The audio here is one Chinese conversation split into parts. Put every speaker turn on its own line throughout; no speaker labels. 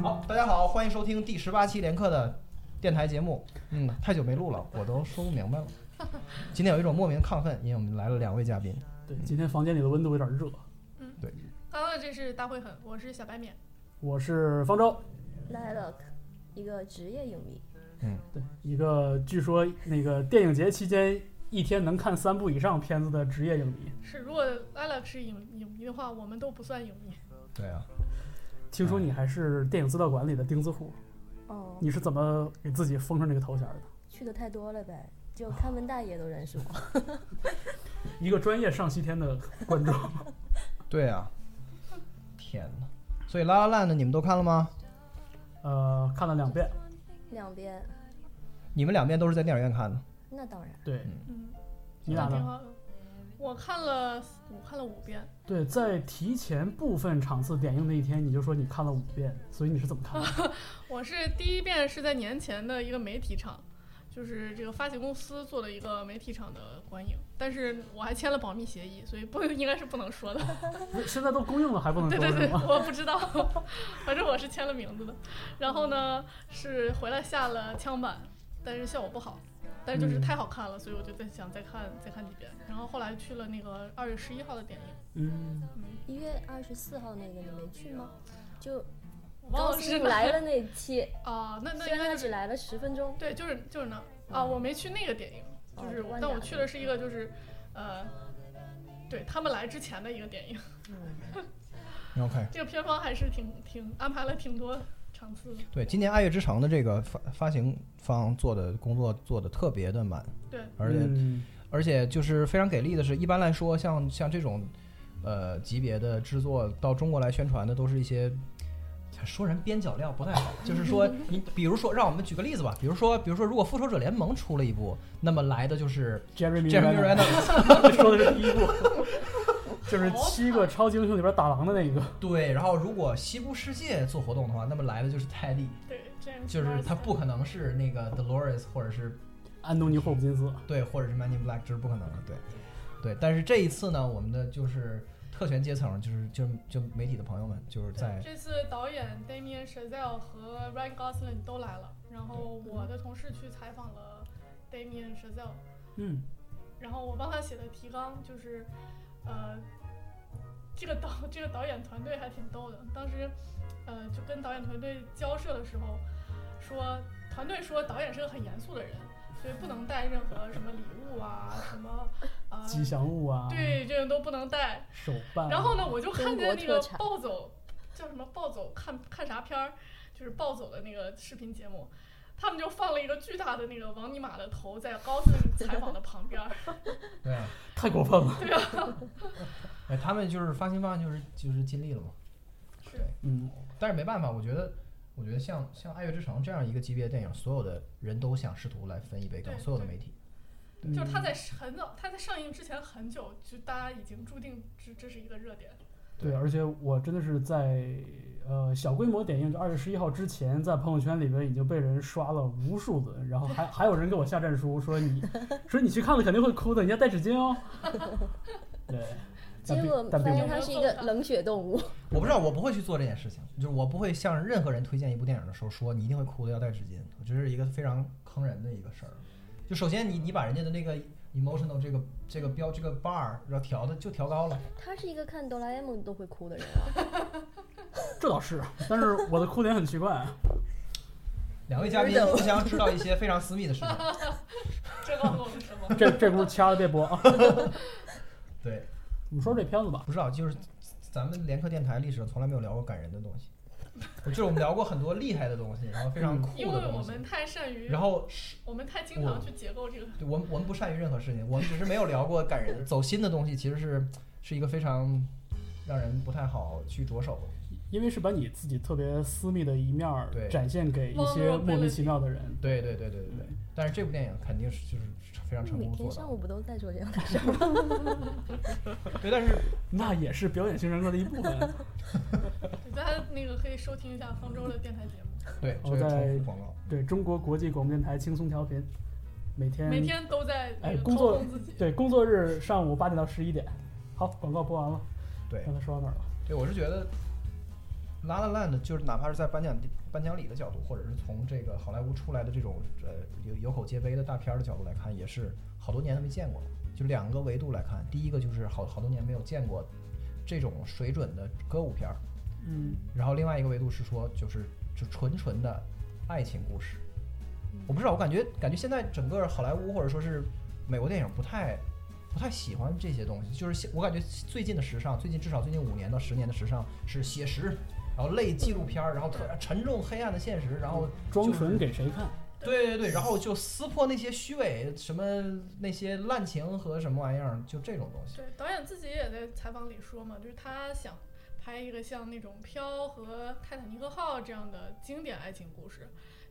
好，大家好，欢迎收听第十八期连课的电台节目。嗯，太久没录了，我都说不明白了。 今天有一种莫名亢奋，因为我们来了两位嘉宾。
对，今天房间里的温度有点热。
啊，这是大会很，我是小白免。
我是方舟，
Lilac，一个职业影迷。
对，一个据说那个电影节期间一天能看三部以上片子的职业影迷。
是，如果 Lilac 是影影迷的话，我们都不算影迷。
对啊，
听说你还是电影资料馆里的钉子户，
哦，
你是怎么给自己封上这个头衔的？
去的太多了呗，就看文大爷都认识我。
一个专业上西天的观众，
对啊，天哪！所以《拉拉烂》的你们都看了吗？
呃，看了两遍。
两边，
你们两遍都是在电影院看的。
那当然，
对
嗯，
你俩
挺
呢？
好的。我看了，我看了五遍。
对，在提前部分场次点映那一天，你就说你看了五遍，所以你是怎么看的？
我是第一遍是在年前的一个媒体场，就是这个发行公司做的一个媒体场的观影，但是我还签了保密协议，所以不应该是不能说的。
现在都公映了 还不能
对
说
对
是
对，
吗？
我不知道， 反正我是签了名字的。然后呢，是回来下了枪版，但是效果不好，但是就是
嗯
太好看了，所以我就在想再看再看几遍。然后后来去了那个二月十一号的电影，
嗯，
嗯，
一月二十四号那个你没去吗？就
我
高
忘了
司
是
令
哪
来了那期，
啊，那那
虽
应
然
该
他
就
只
是
来了十分钟，
对，就是就是那儿啊，我没去那个电影，
哦
就是
就万
但我
达
去
那
的是一个就是呃，对他们来之前的一个电影，
嗯，
OK，
这个片方还是挺挺安排了挺多场次的，
对，今年《爱乐之城》的这个发发行方做的工作做的特别的满，
对，
而且、
嗯
而且就是非常给力的是，一般来说像像这种呃级别的制作到中国来宣传的，都是一些说人边角料不太好，就是说你比如说让我们举个例子吧，比如说比如说如果复仇者联盟出了一部，那么来的就是
Jeremy
Jeremy
Renner
Renner，
说的是第一 部，就是七个超级英雄里边打狼的那一个。
对，然后如果西部世界做活动的话，那么来的就是泰迪，
对，这样
就是他不可能是那个 Dolores 或者是
安东尼·霍普金斯，
对，或者是 Man in Black，这是不可能的，对，对。但是这一次呢，我们的就是特权阶层，就是就就媒体的朋友们，就是
对
在
这次导演 Damien Chazelle 和 Ryan Gosling 都来了，然后我的同事去采访了 Damien Chazelle，
嗯，
然后我帮他写的提纲就是，呃，这个导这个导演团队还挺逗的，当时，呃，就跟导演团队交涉的时候，说团队说导演是个很严肃的人，所以不能带任何什么礼物啊，什么 啊，
吉祥物啊，，
对，这种都不能带，
手办啊。
嗯然后呢，我就看
中国
见那
特
个
产
暴走叫什么暴走看看啥片儿，就是暴走的那个视频节目，他们就放了一个巨大的那个王尼玛的头在高斯采访的旁 边儿，
对啊，
太过分了。
哎，他们就是发行方就是就是尽力了嘛。
是
嗯，
但是没办法，我觉得我觉得像像《爱乐之城》这样一个级别的电影，所有的人都想试图来分一杯羹，
对
所有的
对
媒体。
嗯
就是他在很早，他在上映之前很久，就大家已经注定这这是一个热点。
对，而且我真的是在呃小规模点映，就二月十一号之前，在朋友圈里边已经被人刷了无数轮，然后还还有人给我下战书，说 你说你去看了肯定会哭的，你要带纸巾哦。对，但
结
并
果
但
发
并没
现
有。
他是一个冷血 动物。
我不知道，我不会去做这件事情，就是我不会向任何人推荐一部电影的时候说你一定会哭的，要带纸巾。我觉得是一个非常坑人的一个事儿。就首先你你把人家的那个 emotional 这个这个标这个 bar 要调的就调高了，
他是一个看哆啦 A 梦都会哭的人啊。
这倒是，但是我的哭点很奇怪。啊
两位嘉宾互相知道一些非常私密的事情。
这告诉我们什 么？
这这轱辘掐了别播啊！
对，
我们说这片子吧，
不知道就是咱们联科电台历史上从来没有聊过感人的东西，就是我们聊过很多厉害的东西，然后非常
因
酷
为
的
我
东西
们，太善于，
然后
我们太经常去解构这个。
对我们我们不善于任何事情，我们只是没有聊过感人走心的东西，其实是是一个非常让人不太好去着手。
因为是把你自己特别私密的一面儿
对
展现给一些莫名其妙的人。
对对对对对对，但是这部电影肯定是就是非常成
每
功
天
做
上
的，
午不都在做这样的事？
对，但是
那也是表演型人格的一部分。
大家那个可以收听一下方舟的电台节目，
对这
我
个重
在
复广告，
对中国国际广播电台轻松调频，每天
每天都在那
哎
个
工
操
作
控自己。
对工作日上午八点到十一点。好，广告播完了，
对
刚才说到哪儿了？
对，我是觉得拉拉烂的，就是哪怕是在颁奖颁奖礼的角度，或者是从这个好莱坞出来的这种呃有有口皆碑的大片儿的角度来看，也是好多年都没见过了。就两个维度来看，第一个就是好好多年没有见过这种水准的歌舞片儿，
嗯，
然后另外一个维度是说，就是就纯纯的爱情故事。
嗯
我不知道，我感觉感觉现在整个好莱坞或者说是美国电影不太不太喜欢这些东西，就是现我感觉最近的时尚，最近至少最近五年到十年的时尚是写实，然后类纪录片儿，然后特沉重黑暗的现实，然后
嗯
装
就是
纯给谁看？
对对对，然后就撕破那些虚伪，什么那些滥情和什么玩意儿，就这种东西。
对，导演自己也在采访里说嘛，就是他想拍一个像那种《飘》和《泰坦尼克号》这样的经典爱情故事。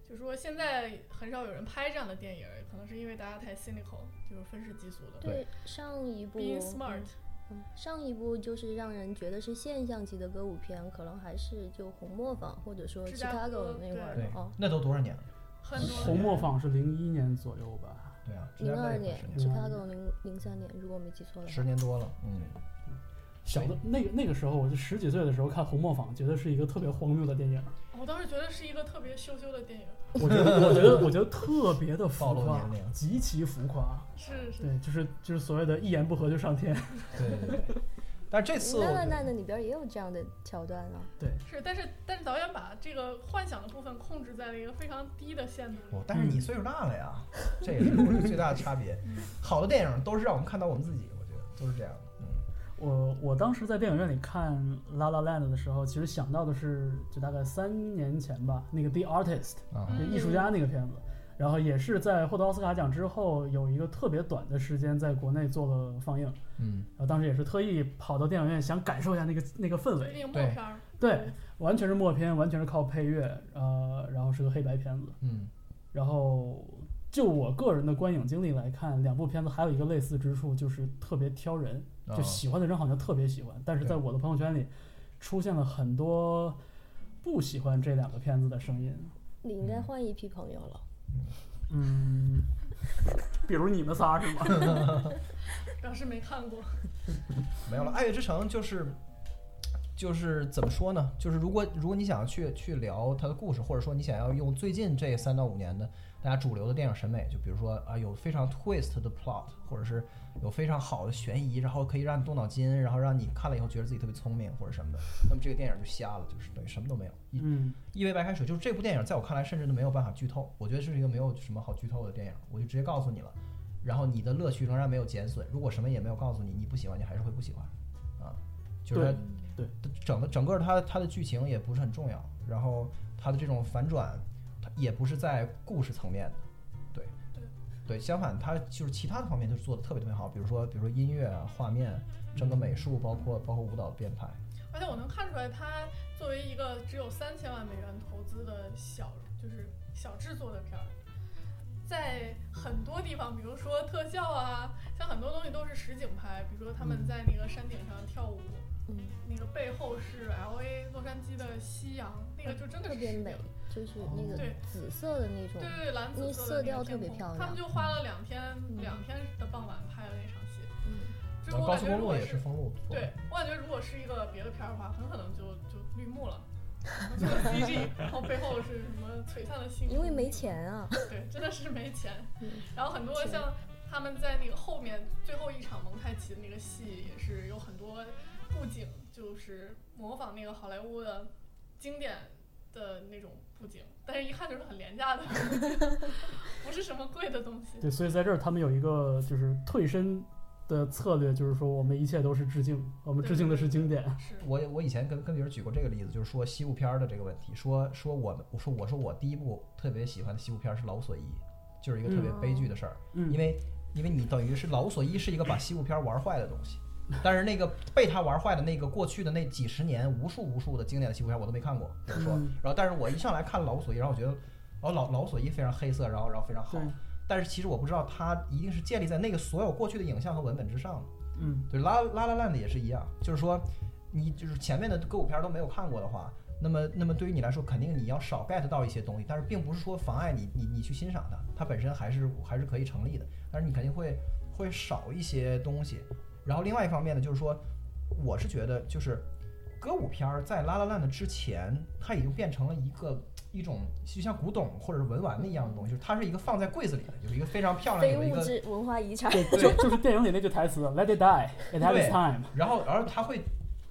就说现在很少有人拍这样的电影，可能是因为大家太 cynical，就是分世嫉俗的。
对
对，上一部
Being smart，
嗯上一部就是让人觉得是现象级的歌舞片，可能还是就红磨坊或者说
芝加哥
Chicago 那会儿
对
的哦，，
那都多少年了？
很多
红磨坊是零一年左右吧？
对啊，
零二年
芝加哥
，Chicago 零零三年，如果我没记错的
十
话。
年多了，嗯。
小的那个那个时候，我就十几岁的时候看《红磨坊》，觉得是一个特别荒谬的电 影。
我当时觉得是一个特别羞羞的电影，
我觉得，我觉得，我觉得特别的浮
暴露
夸
年龄，
极其浮夸。
是是，
对，就是就是所谓的一言不合就上天。
对对对。 但是这次我
那
觉
那
得
那那里边也有这样的桥段啊，
是，但是但是导演把这个幻想的部分控制在了一个非常低的限度
哦
里，，
但是你
嗯
岁数大了呀，这也是我觉得最大的差 别。好的电影都是让我们看到我们自己，我觉得都是这样的。嗯，
我我当时在电影院里看《La La Land》的时候，其实想到的是，就大概三年前吧，那个《The Artist》
啊，
就
嗯
艺术家那个片子，然后也是在获得奥斯卡奖之后，有一个特别短的时间在国内做了放映，然
嗯，
后当时也是特意跑到电影院想感受一下那个那个氛
所
围。
以那个默
对
片儿，
对，完全是默片，完全是靠配乐，呃，然后是个黑白片子。
嗯，
然后就我个人的观影经历来看，两部片子还有一个类似之处，就是特别挑人，
啊
就喜欢的人好像特别喜欢，但是在我的朋友圈里出现了很多不喜欢这两个片子的声音。
你应该换一批朋友了。
嗯， 比如你们仨是 吗？
表示没看过。
没有了。爱乐之城就是就是怎么说呢？就是如果如果你想要去去聊它的故事，或者说你想要用最近这三到五年的大家主流的电影审美，就比如说啊有非常 twist 的 plot，或者是有非常好的悬疑，然后可以让你动脑筋，然后让你看了以后觉得自己特别聪明或者什么的，那么这个电影就瞎了，就是等于什么都没有。一
嗯，
一杯白开水，就是这部电影，在我看来甚至都没有办法剧透。我觉得这是一个没有什么好剧透的电影，我就直接告诉你了。然后你的乐趣仍然没有减损。如果什么也没有告诉你，你不喜欢，你还是会不喜欢，啊，就是它
对
整个整个它它的剧情也不是很重要，然后它的这种反转，它也不是在故事层面的，对
对
对，相反它就是其他的方面就是做的特别特别好，比如说比如说音乐啊、画面、整个美术，包括包括舞蹈的编排，
而且我能看出来，他作为一个只有三千万美元投资的小，就是小制作的片儿，在很多地方，比如说特效啊，像很多东西都是实景拍，比如说他
嗯
们在那个山顶上跳舞，
嗯，
那个背后是 L A 洛杉矶的夕阳，那个就真的
特
是
别
实景
美，就是
哦
那个
对
紫色的那种
对，对对，蓝紫
那
色
色
的那
调
个
特
天
别
空
漂
他
亮
们就花了两天、
嗯
两天的傍晚拍了那场戏，
嗯，
就是
然后
我
啊高
感
速公
觉如
路
果
也
是
是封路做的
对，我感觉如果是一个别的片儿的话，很可能就就绿幕了， 就是 CG，然后背后是什么璀璨的星空，
因为没，钱啊，
对，真的是没钱
嗯。
然后很多
是
像他们在那个后面最后一场蒙太奇的那个戏，也是有很多布景，就是模仿那个好莱坞的经典的那种布景，但是一看就是很廉价的， 不是什么贵的东西。
对，所以在这儿他们有一个就是退身的策略，就是说我们一切都是致敬，我们致敬的是经典。
是，
我也我以前跟跟别人举过这个例子，就是说西部片儿的这个问题，说说我们我说我说我第一部特别喜欢的西部片儿是《老无所依》，就是一个特别悲剧的事儿，
嗯
因为因为你等于是《老无所依》是一个把西部片儿玩坏的东西，但是那个被他玩坏的那个过去的那几十年无数无数的经典的西部片儿我都没看过，比如说，
嗯
然后但是我一上来看《老无所依》，然后我觉得哦老老无所依非常黑色，然后然后非常好
对，，
但是其实我不知道它一定是建立在那个所有过去的影像和文本之上的。
嗯
对，拉拉拉烂的也是一样，就是说，你就是前面的歌舞片儿都没有看过的话，那么那么对于你来说，肯定你要少 get 到一些东西，但是并不是说妨碍你你你去欣赏它，它本身还是还是可以成立的，但是你肯定会会少一些东西。然后另外一方面呢，就是说，我是觉得就是歌舞片儿在《拉拉烂》的之前，它已经变成了一个一种就像古董或者是文玩的一样的东西，就是它是一个放在柜子里的，有一个非常漂亮
非
有一
物
个
质文化遗产。
对，就就是电影里那句台词 “Let it die, it has
对
its time”。
然后然后它会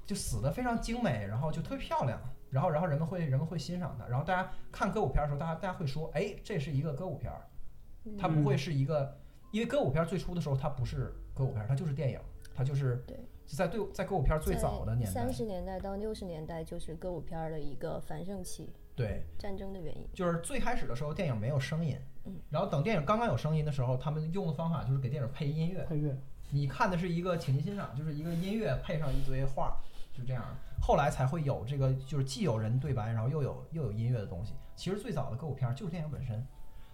就死的非常精美，然后就特别漂亮，然后然后人们会人们会欣赏它，然后大家看歌舞片儿的时候，大家大家会说，哎，这是一个歌舞片儿，它不
嗯
会是一个，因为歌舞片儿最初的时候它不是歌舞片儿，它就是电影，它就是
对
就在对在歌舞片儿最早的年代
三，十年代到六十年代就是歌舞片儿的一个繁盛期，
对，
战争的原因。
就是最开始的时候电影没有声音
嗯，
然后等电影刚刚有声音的时候，他们用的方法就是给电影配音乐，
配乐，
你看的是一个请您欣赏，就是一个音乐配上一堆画儿，就这样。后来才会有这个，就是既有人对白，然后又有又有音乐的东西。其实最早的歌舞片儿就是电影本身，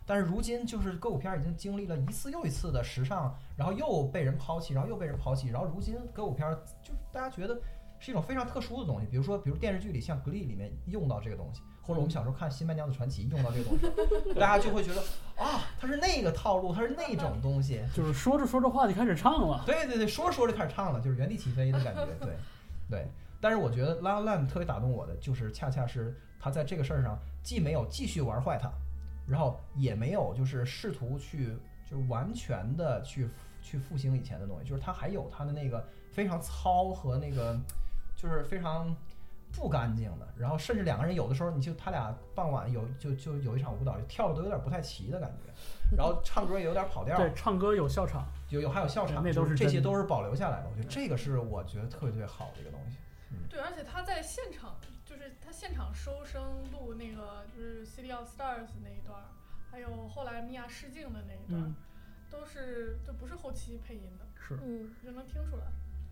但是如今就是歌舞片儿已经经历了一次又一次的时尚，然后又被人抛弃，然后又被人抛弃，然后如今歌舞片儿就是大家觉得是一种非常特殊的东西。比如说，比如电视剧里像《Glee》里面用到这个东西，或者我们小时候看《新白娘子传奇》用到这个东西，大家就会觉得啊，它是那个套路，它是那种东西。
就是说着说着话就开始唱了。
对对对，说着说着就开始唱了，就是原地起飞的感觉。对， 对。但是我觉得《La La Land》特别打动我的，就是恰恰是他在这个事儿上既没有继续玩坏它，然后也没有就是试图去就完全的去去复兴以前的东西，就是他还有他的那个非常糙和那个就是非常。不干净的，然后甚至两个人有的时候，你就他俩傍晚有就就有一场舞蹈，跳的都有点不太齐的感觉，然后唱歌也有点跑调，
对，唱歌有笑场，
有有还有笑场，
那
就
都是
这
真
些
的
都是保留下来的。我觉得这个是我觉得特别特别好的一个东西。
对，而且他在现场，就是他现场收声录那个就是 City of Stars 那一段儿，还有后来米娅试镜的那一段儿，
嗯，
都是就不是后期配音的，
是。
嗯，
你就能听出来。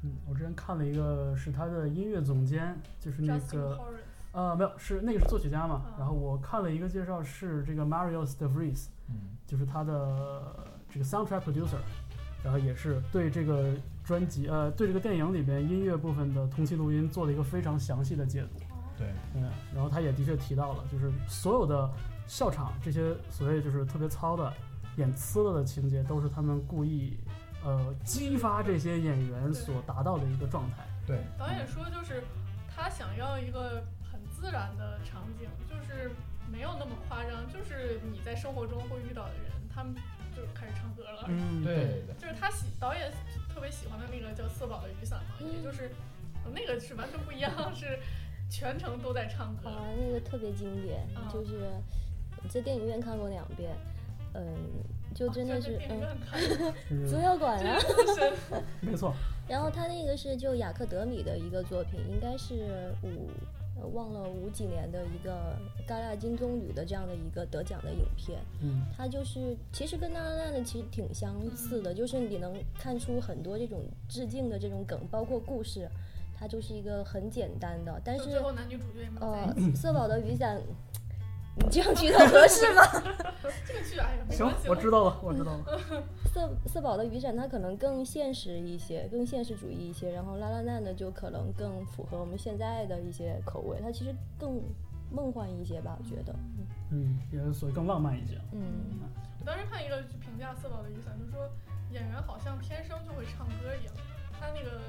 嗯，我之前看了一个，是他的音乐总监，就是那
Justin
个
Horace，
呃，没有，是那个是作曲家嘛
啊。
然后我看了一个介绍，是这个 Mario s t e v r i e s
嗯，
就是他的这个 soundtrack producer，然后也是对这个专辑呃，对这个电影里边音乐部分的同期录音做了一个非常详细的解读。
哦
对，
嗯，然后他也的确提到了，就是所有的笑场这些所谓就是特别糙的、演呲了的情节，都是他们故意呃激发这些演员所达到的一个状态。
对，
导演说就是他想要一个很自然的场景，就是没有那么夸张，就是你在生活中会遇到的人，他们就是开始唱歌了，
嗯，
对对对，
就是他喜导演特别喜欢的那个叫《色宝的雨伞》嘛，
嗯
也就是呃那个是完全不一样，是全程都在唱歌。
啊，那个特别经典，
啊
就是在电影院看过两遍，嗯，就真的是
啊就在电影
嗯，
院看 的，
就是
足疗馆啊
真。是不深。
没错，
然后他那个是就雅克德米的一个作品，应该是五呃忘了五几年的一个戛纳金棕榈的这样的一个得奖的影片。
嗯，
它就是其实跟《拉拉烂》的其实挺相似
嗯
的，就是你能看出很多这种致敬的这种梗，包括故事，它就是一个很简单的，但
就是最后男女主角也没有在一
呃
起。，
色宝的雨伞，你这样剧透合适吗？哦
这个剧哎呀，没
行
关系，
我
了。
知道了，我知道了。
色色宝的雨伞它可能更现实一些，更现实主义一些，然后拉拉烂的就可能更符合我们现在的一些口味，它其实更梦幻一些吧，我觉得。
嗯，也所以更浪漫一些。
嗯，
我当时看一个就评价《色宝的雨伞》，就说演员好像天生就会唱歌一样，他那个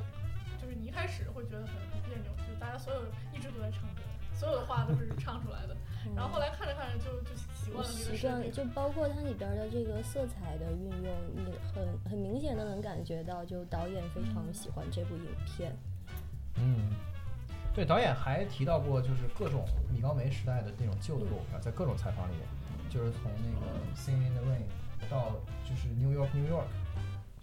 就是你一开始会觉得很很别扭，就是大家所有一直都在唱歌，所有的话都是唱出来的，然后后来看着看着就就习惯了那个
嗯习
设
惯了，
定。
就包括它里边儿的这个色彩的运用，你很很明显的能感觉到，就导演非常喜欢这部影片。
嗯，对，导演还提到过，就是各种米高梅时代的那种旧的歌舞片，在各种采访里面，就是从那个《Sing in the Rain》到就是《New York New York》，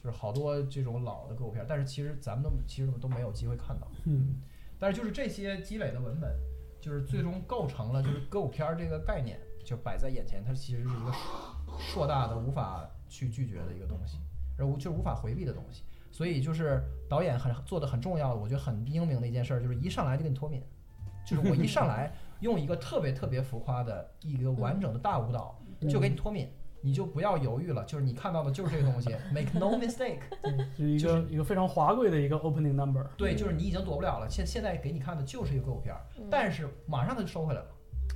就是好多这种老的歌舞片，但是其实咱们都其实都没有机会看到。
嗯，
但是就是这些积累的文本，就是最终构成了就是歌舞片儿这个概念，就摆在眼前，它其实是一个硕大的无法去拒绝的一个东西，而无就是无法回避的东西。所以就是导演很做的很重要的，我觉得很英明的一件事儿，就是一上来就给你脱敏，就是我一上来用一个特别特别浮夸的一个完整的大舞蹈
嗯
嗯就给你脱敏，你就不要犹豫了，就是你看到的就是这个东西，make no mistake。
嗯对，就是一个一个非常华贵的一个 opening number。
对，就是你已经躲不了了。现现在给你看的就是一个歌舞片，儿，
嗯
但是马上它就收回来了，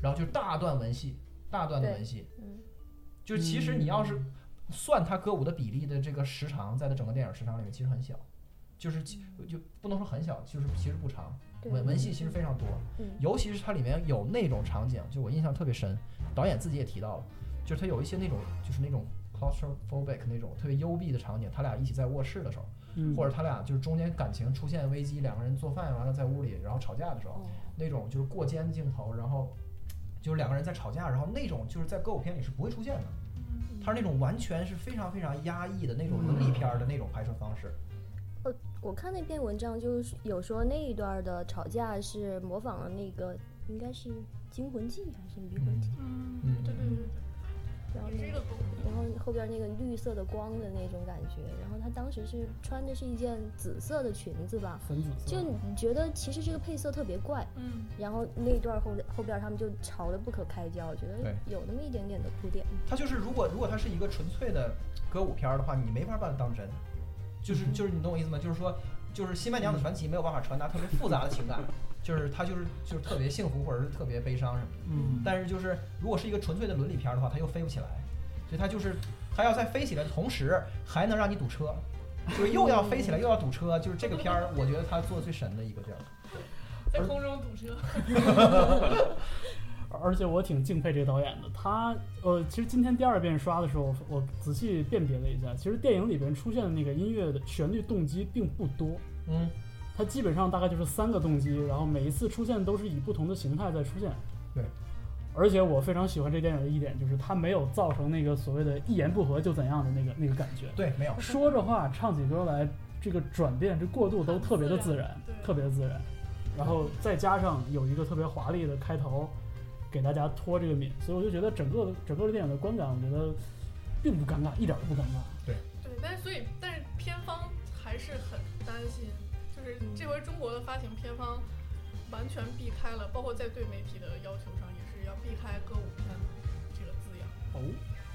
然后就是大段文戏，大段的
对
文戏，
嗯
就是其
嗯
实你要是算它歌舞的比例的这个时长，在它整个电影时长里面其实很小，就是其就不能说很小，就是其实不长。
嗯对
文文戏其实非常多，
嗯
尤其是它里面有那种场景，就我印象特别深，导演自己也提到了，就是他有一些那种就是那种 claustrophobic 那种特别幽闭的场景，他俩一起在卧室的时候，
嗯，
或者他俩就是中间感情出现危机，两个人做饭完了在屋里然后吵架的时候，
哦
那种就是过肩镜头，然后就是两个人在吵架，然后那种就是在歌舞片里是不会出现的，
嗯
它是那种完全是非常非常压抑的那种文艺片儿的那种拍摄方式。
我看那篇文章就是有说那一段的吵架是模仿了那个应该是《惊魂记》还是《迷魂记》，
嗯，对对对对
然后
对，也是
那
一个狗。
然后后边那个绿色的光的那种感觉，然后她当时是穿的是一件紫色的裙子吧，
粉紫色，嗯
就你觉得其实这个配色特别怪。
嗯，
然后那一段后后边他们就吵得不可开交，我觉得
对
有那么一点点的铺垫。
它就是如果如果它是一个纯粹的歌舞片儿的话，你没法把它当真，就是就是你懂我意思吗？就是说，就是《新白娘子传奇》没有办法传达特别复杂的情感，就是它就是就是特别幸福或者是特别悲伤什么的。
嗯，
但是就是如果是一个纯粹的伦理片儿的话，它又飞不起来，所以它就是它要在飞起来的同时，还能让你堵车，就是又要飞起来又要堵车，就是这个片儿，我觉得它做得最神的一个地儿。
在空中堵车。
而且我挺敬佩这个导演的。他呃，其实今天第二遍刷的时候，我仔细辨别了一下，其实电影里边出现的那个音乐的旋律动机并不多，
嗯，
它基本上大概就是三个动机，然后每一次出现都是以不同的形态在出现。
对。
而且我非常喜欢这电影的一点，就是它没有造成那个所谓的一言不合就怎样的那个那个感觉，
对，没有，
说着话唱起歌来，这个转变这过渡都特别的自然，
对
特别的自然。然后再加上有一个特别华丽的开头，给大家托这个敏，所以我就觉得整个整个电影的观感，我觉得并不尴尬，一点都不尴尬。
对，但是所以，但是片方还是很担心，就是
嗯
这回中国的发行，片方完全避开了，包括在对媒体的要求上，也是要避开歌舞片这个字样，
哦，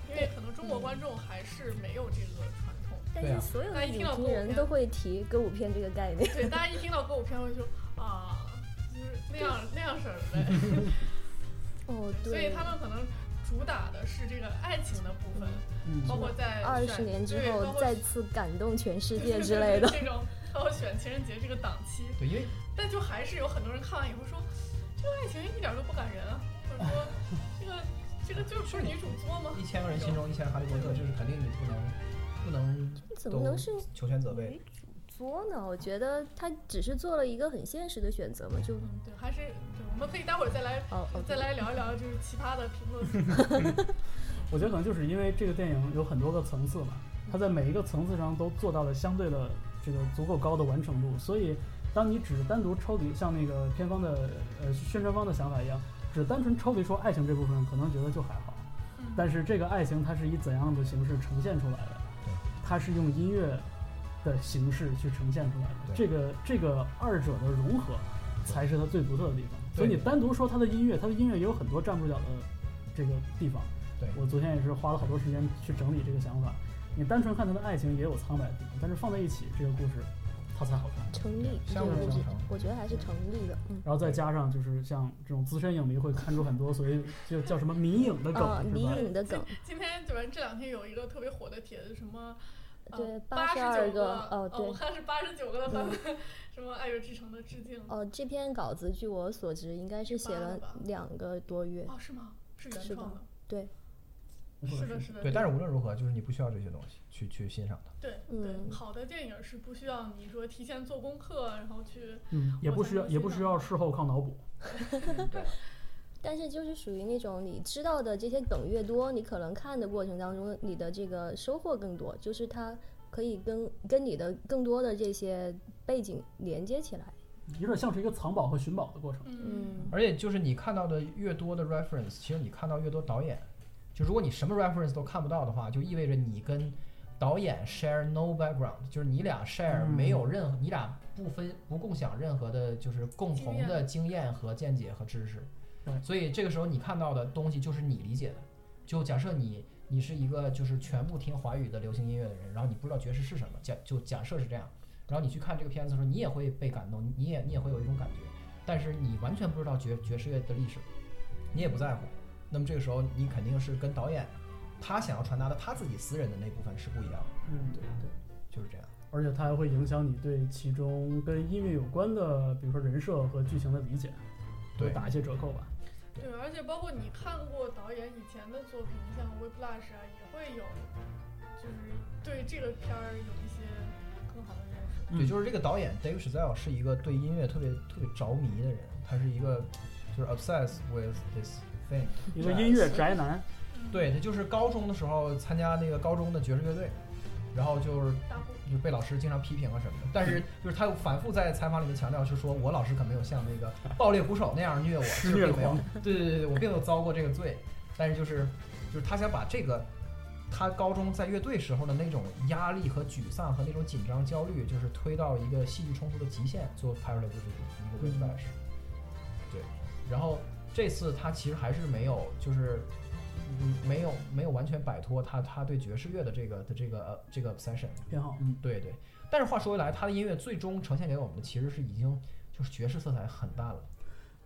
因为可能中国
嗯
观众还是没有这个传统。
但
对啊
是所有
大家
的
一
影
听到
评
歌舞
人
片
都会提歌舞片这个概念。
对，大家一听到歌舞片会说啊，就是那样那样式儿的 呗，
哦，对，
所以他们可能主打的是这个爱情的部分，
嗯，
包括在
二十
选
年之
对包
后
括
再次感动全世界之 类的。
这种，包括选情人节这个档期，
对，因为
但就还是有很多人看完以后说，这个爱情一点都不感人啊，或者说这个这个就是女主做吗？
一千个人心中一千哈利波特，这是肯定你不能不能
怎么能是
求全责备。
为主作呢？我觉得他只是做了一个很现实的选择嘛，就
嗯，对，还是对，我们可以待会儿再来
哦哦，
再来聊一聊，就是奇葩的评论。
我觉得可能就是因为这个电影有很多个层次嘛，它在每一个层次上都做到了相对的这个足够高的完成度，所以当你只单独抽离，像那个片方的呃宣传方的想法一样，只单纯抽离说爱情这部分，可能觉得就还好。
嗯
但是这个爱情它是以怎样的形式呈现出来的
对？
它是用音乐的形式去呈现出来的。
对
这个这个二者的融合，才是它最独特的地方。所以
对
你单独说它的音乐，它的音乐也有很多站不住脚的这个地方。
对
我昨天也是花了好多时间去整理这个想法。你单纯看它的爱情也有苍白的地方，但是放在一起，这个故事它才好看。
成立，这
相
个
辅
我
相
觉
成
我觉得还是成立的，嗯。
然后再加上就是像这种资深影迷会看出很多所谓就叫什么迷影
嗯
的梗，
啊，
是
迷
吧？
影的梗，
今天就是这两天有一个特别火的帖子，什么呃
对
八十
82
九
个
个
哦对嗯
我看是八十九个的版本， 什么《爱乐之城》的致敬。
哦，这篇稿子据我所知，应该是写
发了
了
吧
两个多月。
哦，是吗？是
是
原创的。
对，
是的，是的。
对，但是无论如何，就是你不需要这些东西去去欣赏 它。
对
嗯
对，好的电影是不需要你说提前做功课，然后去
嗯，也
我
不
才
需要，
能
也
欣
不需
赏
要事后靠脑补。
但是就是属于那种你知道的这些梗越多，你可能看的过程当中，你的这个收获更多，就是它可以跟跟你的更多的这些背景连接起来。
有点像是一个藏宝和寻宝的过程。
嗯
嗯，
而且就是你看到的越多的 reference，其实你看到越多导演。就如果你什么 reference 都看不到的话，就意味着你跟导演 share no background，就是你俩 share
嗯
没有任何，你俩不分不共享任何的，就是共同的经验和见解和知识。
对
所以这个时候你看到的东西就是你理解的。就假设你你是一个就是全部听华语的流行音乐的人，然后你不知道爵士是什么，假就假设是这样，然后你去看这个片子的时候，你也会被感动，你也你也会有一种感觉，但是你完全不知道爵爵士乐的历史，你也不在乎，那么这个时候你肯定是跟导演他想要传达的他自己私人的那部分是不一样的，
嗯，对对。
就是这样。
而且它还会影响你对其中跟音乐有关的，比如说人设和剧情的理解，
对
会打一些折扣吧。
对，而且包括你看过导演以前的作品，像《Whiplash》啊，也会有，就是对这个片儿有一些更好的认识。
嗯
对，就是这个导演 Dave Chazelle 是一个对音乐特别特别着迷的人，他是一个就是 obsessed with this thing。
一个音乐宅男，
嗯，
对他就是高中的时候参加那个高中的爵士乐队，然后就是
大部分
就被老师经常批评啊什么的。但是就是他反复在采访里面强调，就说我老师可没有像那个暴力鼓手那样虐我，
施
就是
虐
并没有
狂。
对对对对，我并没有遭过这个罪。但是就是就是他想把这个他高中在乐队时候的那种压力和沮丧和那种紧张焦虑，就是推到一个戏剧冲突的极限，最后拍出来就是一个 w i t
嗯
flash。对，然后这次他其实还是没有就是。嗯，没有没有完全摆脱他他对爵士乐的这个的这个呃这个 obsession，
偏好，嗯，
对对，但是话说回来，他的音乐最终呈现给我们的其实是已经就是爵士色彩很淡了。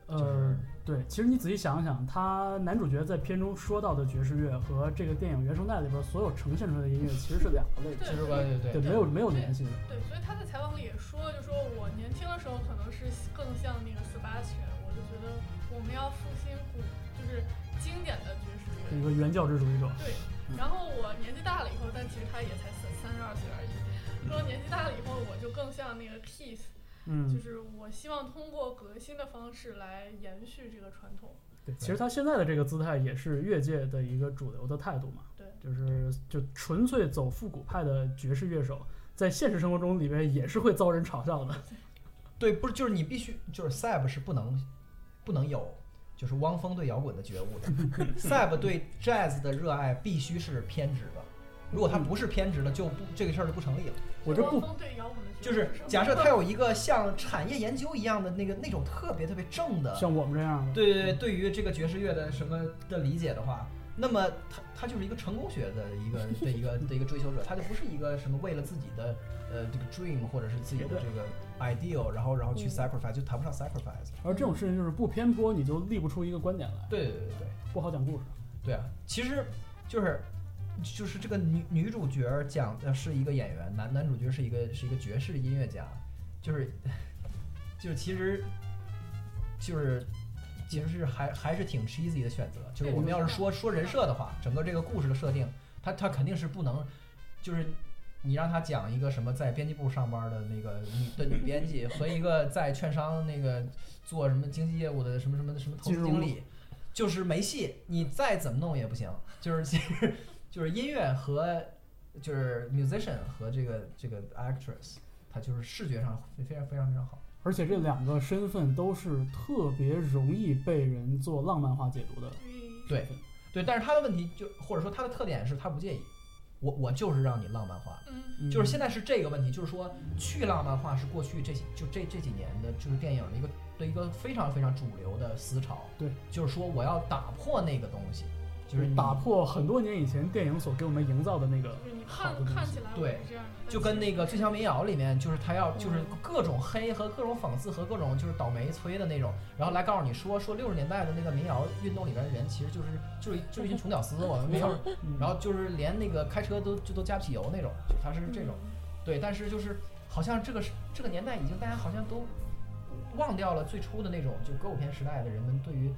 就是
呃，对，其实你仔细想想，他男主角在片中说到的爵士乐和这个电影原声带里边所有呈现出来的音乐其实是两个类
其实吧，对对
别，对，没有没有联系的。
对，所以他在采访里也说，就说我年轻的时候可能是更像那个 Sebastian，我就觉得我们要复兴古，就是经典的爵士乐
嗯
一。个原教旨主义者，
对，然后我年纪大了以后，但其实他也才三三十二岁而已。说年纪大了以后，我就更像那个 Kiss，就
嗯，
是我希望通过革新的方式来延续这个传统。
对，其实他现在的这个姿态也是越界的一个主流的态度嘛，
对，
就是就纯粹走复古派的爵士乐手，在现实生活中里边也是会遭人嘲笑的，
对，不是就是你必须就是 Sab 是不能不能有就是汪峰对摇滚的觉悟的，Sab 对 Jazz 的热爱必须是偏执的。如果他不是偏执的，就不这个事儿就不成立了。
我这不
汪峰对摇滚的爵
就
士
是
吗
假设他有一个像产业研究一样的那个那种特别特别正的，
像我们这样的，
对对对，对于这个爵士乐的什么的理解的话，那么他他就是一个成功学的一个的一 个的一个追求者，他就不是一个什么为了自己的呃这个 dream 或者是自己的这个 ideal，然后然后去
嗯
sacrifice，就谈不上 sacrifice。
而这种事情就是不偏颇，你就立不出一个观点来，
对对对对对
不好讲故事。
对啊，其实就是就是这个女女主角讲的是一个演员，男男主角是一个是一个爵士音乐家，就是就是其实就是其实是还还是挺 cheesy 的选择。就是我们要是说说人设的话，整个这个故事的设定，他他肯定是不能，就是你让他讲一个什么在编辑部上班的那个女的女编辑和一个在券商那个做什么经纪业务的什么什么什么投资经理，就是没戏。你再怎么弄也不行。就是其实 就是音乐和就是 musician 和这个这个 actress，他就是视觉上非常非常非常好。
而且这两个身份都是特别容易被人做浪漫化解读的。
嗯，
对对，但是他的问题就或者说他的特点是他不介意，我我就是让你浪漫化，
嗯，
嗯
就是现在是这个问题，就是说去浪漫化是过去这几就这这几年的就是电影的一个的一个非常非常主流的思潮，
对，
就是说我要打破那个东西，就是你
打破很多年以前电影所给我们营造的那个
就是你
好的
看
东西
看起来我
对
是这样的，
就跟那个《最强
民
民谣》里面，就是他要就是各种黑和各种讽刺和各种就是倒霉催的那种，然后来告诉你说说六十年代的那个民谣运动里边的人其实就是就是就是一群穷屌丝，我们没有，
嗯
然后就是连那个开车都就都加不起油那种，就他是嗯这种，对，但是就是好像这个是这个年代已经大家好像都忘掉了最初的那种就歌舞片时代的人们对于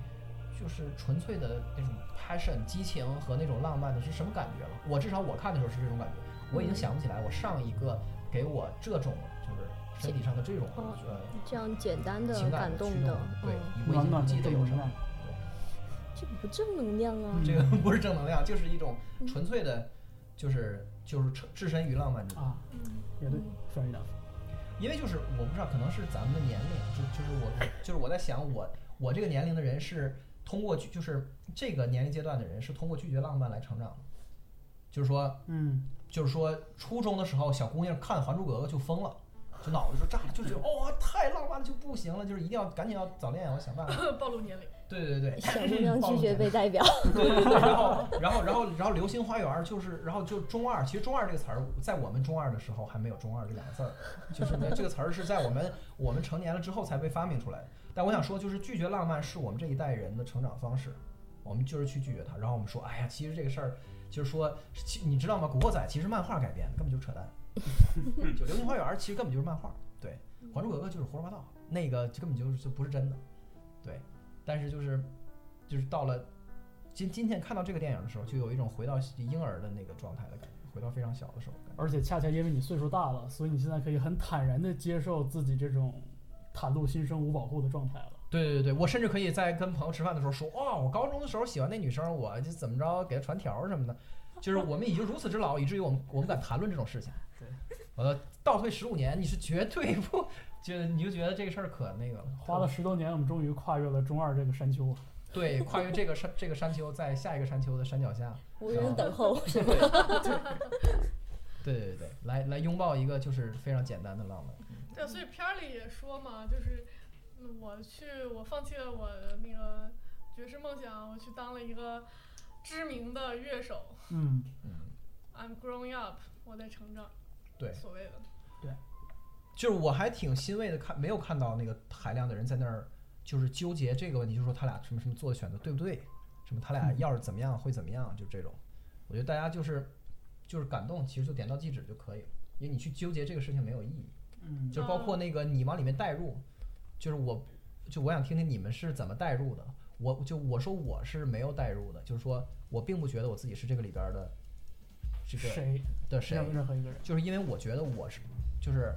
就是纯粹的那种 passion 激情和那种浪漫的是什么感觉了。我至少我看的时候是这种感觉，我已经想不起来我上一个给我这种就是身体上的这种
哦
呃
这样简单的
情感
感
的
动
驱
的，
对
嗯，，
我已
暖
经不记
暖的
得有什么
浪。
这不正能量啊！
这个不是正能量，就是一种
嗯
纯粹的，就是就是置身于浪漫之中。
啊，
嗯，
也对，啊帅一点。
因为就是我不知道，可能是咱们的年龄，就就是我就是我在想我，我这个年龄的人是通过拒就是这个年龄阶段的人是通过拒绝浪漫来成长的，就是说
嗯，
就是说初中的时候，小姑娘看《还珠格格》就疯了。就脑子就炸了，就觉得哦，太浪漫了就不行了，就是一定要赶紧要早恋，我想办法。
暴露年龄，
对对对，
小姑娘拒绝 被代表，
对对对，然后然后然后然后流星花园就是，然后就中二，其实中二这个词儿在我们中二的时候还没有中二这两个字儿，就是呢这个词儿是在我们我们成年了之后才被发明出来的。但我想说，就是拒绝浪漫是我们这一代人的成长方式，我们就是去拒绝它，然后我们说，哎呀，其实这个事儿就是说，其你知道吗？古惑仔其实漫画改编的，根本就扯淡。就《流星花园》其实根本就是漫画，对，《还珠格格》就是胡说八道，那个就根本就是就不是真的，对。但是就是就是到了今今天看到这个电影的时候，就有一种回到婴儿的那个状态的感觉，回到非常小的时候的感觉。
而且恰恰因为你岁数大了，所以你现在可以很坦然的接受自己这种袒露心声、无保护的状态了。
对对对对，我甚至可以在跟朋友吃饭的时候说，哦，我高中的时候喜欢那女生，我就怎么着给她传条儿什么的，就是我们已经如此之老，以至于我们我们敢谈论这种事情。
对，
呃，倒退十五年，你是绝对不觉得你就觉得这个事儿可那个了，
花了十多年，我们终于跨越了中二这个山丘啊。
对跨越这个山这个山丘，在下一个山丘的山脚下，
无人等 候。
对对对对，来来拥抱一个就是非常简单的浪漫。
对，所以片儿里也说嘛，就是嗯我去，我放弃了我的那个爵士梦想，我去当了一个知名的乐手。
嗯，
嗯，
I'm growing up，我在成长，
对，
所谓的。
就是我还挺欣慰的看，没有看到那个海量的人在那儿就是纠结这个问题，就是说他俩什么什么做的选择对不对，什么他俩要是怎么样会怎么样，就这种。我觉得大家就是就是感动，其实就点到即止就可以了，因为你去纠结这个事情没有意义。
嗯，
就是包括那个你往里面带入，就是我，就我想听听你们是怎么带入的。我就我说我是没有带入的，就是说我并不觉得我自己是这个里边儿的这个
谁？
的谁
任，任何一个人。
就是因为我觉得我是，就是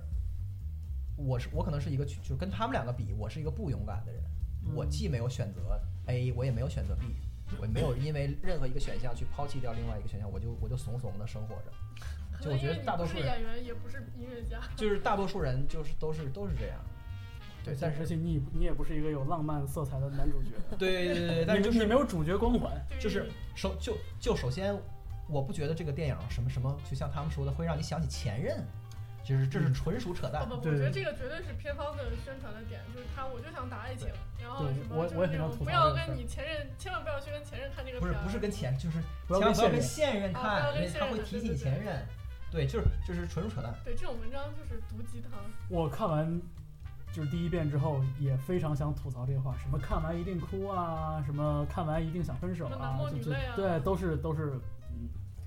我是我可能是一个就是跟他们两个比，我是一个不勇敢的人。
嗯
我既没有选择 A，我也没有选择 B，我没有因为任何一个选项去抛弃掉另外一个选项，我就我就怂怂的生活着。
可
就
能
我
因
觉
为
得
你
大
不
多
是
数人
演员，也不是音乐家，
就是大多数人就是都是都是这样，对，但
而
是
且你也你也不是一个有浪漫色彩的男主角，
对对对对，但是
你
就
你
是
没有主角光环。
对于
就是
你
首就就首先，我不觉得这个电影什么什么，就像他们说的会让你想起前任，就是这
嗯
是纯属扯淡。
哦不不，我
对
觉得这个绝对是片方的宣传的点，就是他我就想打爱情，然后
对
什么
我
就
我也很
是那
想
种
吐
不
槽
要
这个事
跟
儿
你前任，千万不要去跟前任看这个
不
片
是
儿，
不是跟前，就是
不要
千万
跟
不要
现
跟现
任
任
啊
看，
不要跟
因为他
现
会
任
提
对
起
对
前
对
任，对，就是就是纯属扯淡。
对这种文章就是毒鸡汤，
我看完就是第一遍之后，也非常想吐槽这话，什么看完一定哭啊，什么看完一定想分手
什么男
啊
莫，
就
女
就
泪啊
对，都是都是嗯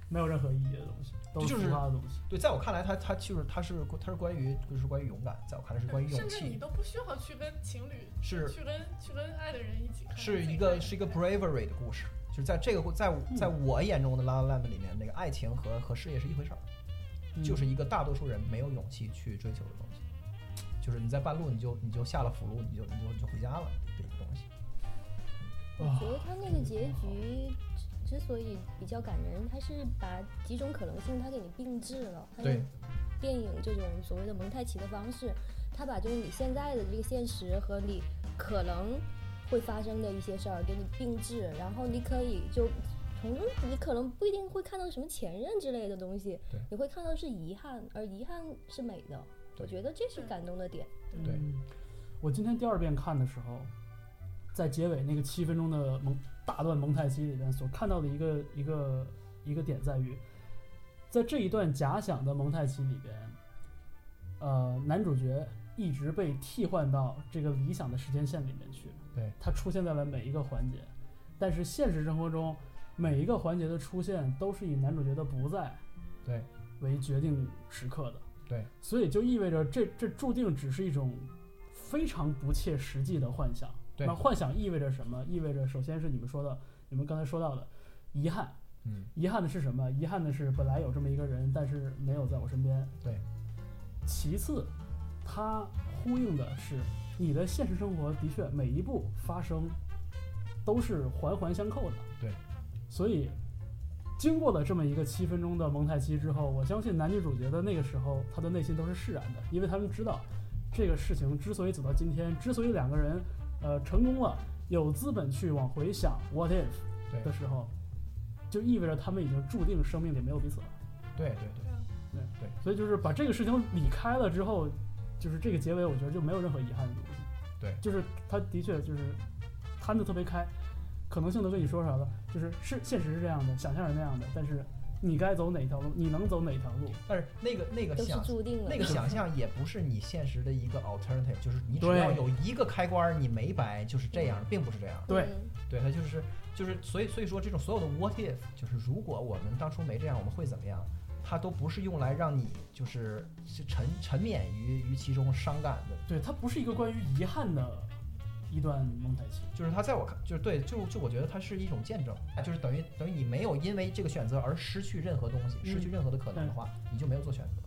没有任何意义的东西，都
就是是
浮夸的东西。
对，在我看来，他他就是他是他是关于就是关于勇敢，在我看来是关于
甚
勇
至你
气，
都不需要去跟情侣，
是
去跟去跟爱的人一起看，
是
自己
一个
看
是一个 bravery 的故事，就是在这个在我在我眼中的《La La Land》里面，那个爱情和和事业是一回事儿。
嗯
就是一个大多数人没有勇气去追求的东西，就是你在半路你就你就下了辅路，你就你就你就回家了的一个东西。
我
啊
觉
哦
得他那个结局之之所以比较感人，他是把几种可能性他给你并置了。它
对
用电影这种所谓的蒙太奇的方式，他把就是你现在的这个现实和你可能会发生的一些事儿给你并置，然后你可以就从中你可能不一定会看到什么前任之类的东西
对，
你会看到是遗憾，而遗憾是美的。我觉得这是
对
感动的点。
对
嗯我今天第二遍看的时候，在结尾那个七分钟的蒙大段蒙太奇里边所看到的一个一个一个点在于，在这一段假想的蒙太奇里边，呃，男主角一直被替换到这个理想的时间线里面去，
对，
他出现在了每一个环节，但是现实生活中每一个环节的出现都是以男主角的不在
对
为决定时刻的。
对，
所以就意味着这这注定只是一种非常不切实际的幻想。
对
那幻想意味着什么？意味着首先是你们说的，你们刚才说到的遗憾。
嗯，
遗憾的是什么？遗憾的是本来有这么一个人，但是没有在我身边。
对。
其次，它呼应的是你的现实生活的确每一步发生都是环环相扣的。
对。
所以，经过了这么一个七分钟的蒙太奇之后，我相信男女主角的那个时候，他的内心都是释然的，因为他们知道这个事情之所以走到今天，之所以两个人呃成功了，有资本去往回想 what if
对
的时候，就意味着他们已经注定生命里没有彼此了。
对对对，
啊
所以就是把这个事情理开了之后，就是这个结尾，我觉得就没有任何遗憾的东西。
对
就是他的确就是摊的特别开，可能性都跟你说出来了，就是是现实是这样的，想象是那样的，但是你该走哪条路，你能走哪条路，
但是那个那个
都是
想
注定了
那
的。
个想象也不是你现实的一个 alternative，就是你只
对
要有一个开关儿你没白就是这样，并不是这样。
对
嗯
对，它就是就是所以所以说这种所有的 what if，就是如果我们当初没这样，我们会怎么样？它都不是用来让你就是是沉沉湎于于其中伤感的，
对，它不是一个关于遗憾的一段蒙太奇。
就是它在我看就是对，就就我觉得它是一种见证，就是等于等于你没有因为这个选择而失去任何东西，失去任何的可能的话，你就没有做选择。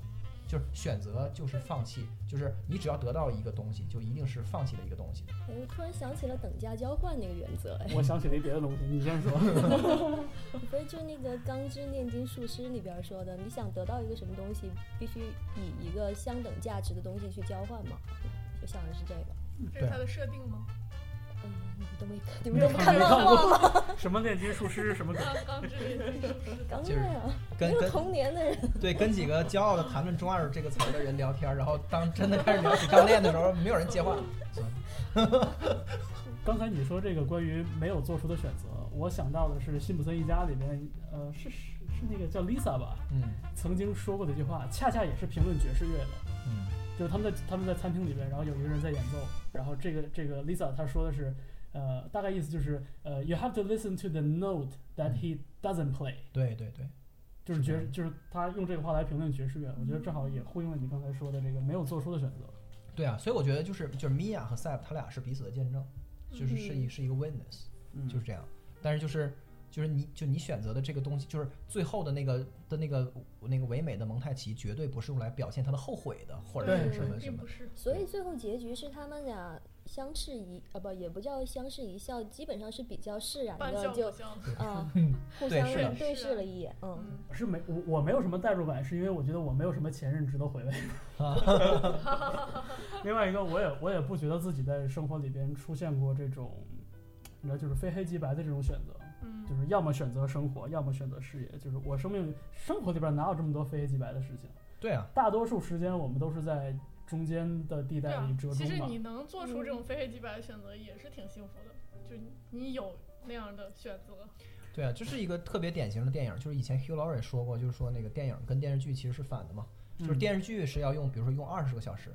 就是选择就是放弃，就是你只要得到一个东西，就一定是放弃的一个东西。
哎，我突然想起了等价交换那个原则，哎，
我想起了一别的东西，你先说。
不是就那个《钢之炼金术师》里边说的，你想得到一个什么东西，必须以一个相等价值的东西去交换嘛？就想的是这个。
嗯
这是它的设定吗？
嗯，你们都没看，你
没
们都看
没
漫画吗？
看过 什么炼金术师什么鬼？
刚刚之类的是不是
刚
就是
那啊，没
跟
有
跟
童年的人，
对跟几个骄傲的谈论“中二”这个词儿的人聊天，然后当真的开始聊起钢炼的时候，没有人接话。
刚才你说这个关于没有做出的选择，我想到的是《辛普森一家》里面，呃，是是是那个叫 Lisa 吧，
嗯
曾经说过的一句话，恰恰也是评论爵士乐的。
嗯
就是他们在他们在餐厅里边，然后有一个人在演奏，然后这个这个 Lisa 她说的是，呃，大概意思就是，呃，you have to listen to the note that he doesn't play，
对对对，
就是爵
是
就是他用这个话来评论爵士乐，我觉得正好也呼应了你刚才说的这个没有做出的选择。
对啊，所以我觉得就是就是 Mia 和 Sap 他俩是彼此的见证，就是是一是一个 witness。
嗯
就是这样。但是就是就是你就你选择的这个东西，就是最后的那个的那个那个唯美的蒙太奇，绝对不是用来表现他的后悔的，或者是
对
什么什
并
么
不。是。
所以最后结局是他们俩相视一啊，不也不叫相视一笑，基本上是比较释然
半
的
笑
就
不笑。
啊，互
对
相
是的
对
是
视
的
了一眼，嗯，
嗯，
是没我我没有什么代入感，是因为我觉得我没有什么前任值得回味。
啊
另外一个，我也我也不觉得自己在生活里边出现过这种，你知道，就是非黑即白的这种选择。
嗯
就是要么选择生活，要么选择事业。就是我生命生活里边哪有这么多非黑即白的事情？
对啊，
大多数时间我们都是在中间的地
对
带
啊
里折，
其实
中嘛。
你能做出这种非黑即白的选择，也是挺幸福的。就你有那样的选择，
对啊，这是一个特别典型的电影，就是以前 Hugh Laurie 也说过，就是说那个电影跟电视剧其实是反的嘛，就是
嗯
电视剧是要用，比如说用二十个小时。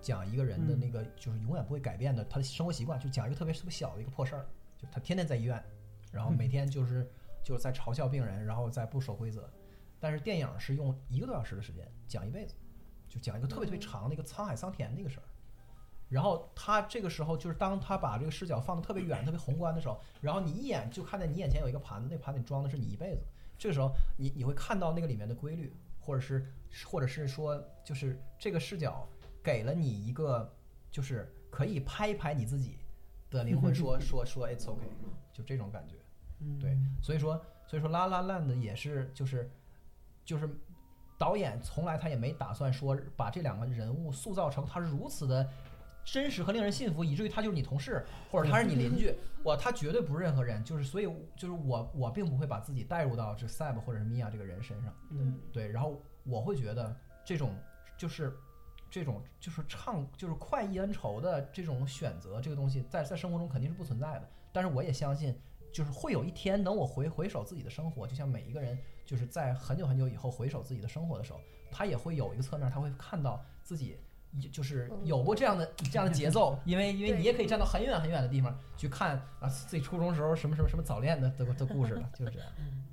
讲一个人的
嗯
那个就是永远不会改变的他的生活习惯，就讲一个特别特别小的一个破事儿，就他天天在医院，然后每天就是就是在嘲笑病人，然后在不守规则。但是电影是用一个多小时的时间讲一辈子，就讲一个特别特别长的一个沧海桑田的一个事儿。然后他这个时候就是当他把这个视角放得特别远、特别宏观的时候，然后你一眼就看见你眼前有一个盘子，那盘子里装的是你一辈子。这个时候你你会看到那个里面的规律，或者是或者是说就是这个视角给了你一个就是可以拍一拍你自己的灵魂说说说 it's okay，就这种感觉。
嗯
对，所以说，所以说《拉拉烂》的也是就是就是导演从来他也没打算说把这两个人物塑造成他如此的真实和令人信服，以至于他就是你同事或者他是你邻居，哇，他绝对不是任何人，就是所以就是我我并不会把自己带入到这 Sab 或者是 Mia 这个人身上，
嗯，
对，然后我会觉得这种就是。这种就是唱就是快意恩仇的这种选择，这个东西在在生活中肯定是不存在的。但是我也相信，就是会有一天，等我回回首自己的生活，就像每一个人就是在很久很久以后回首自己的生活的时候，他也会有一个侧面，他会看到自己一就是有过这样的这样的节奏，因为因为你也可以站到很远很远的地方去看啊自己初中时候什么什么什么早恋的的的故事了，就是这样。
嗯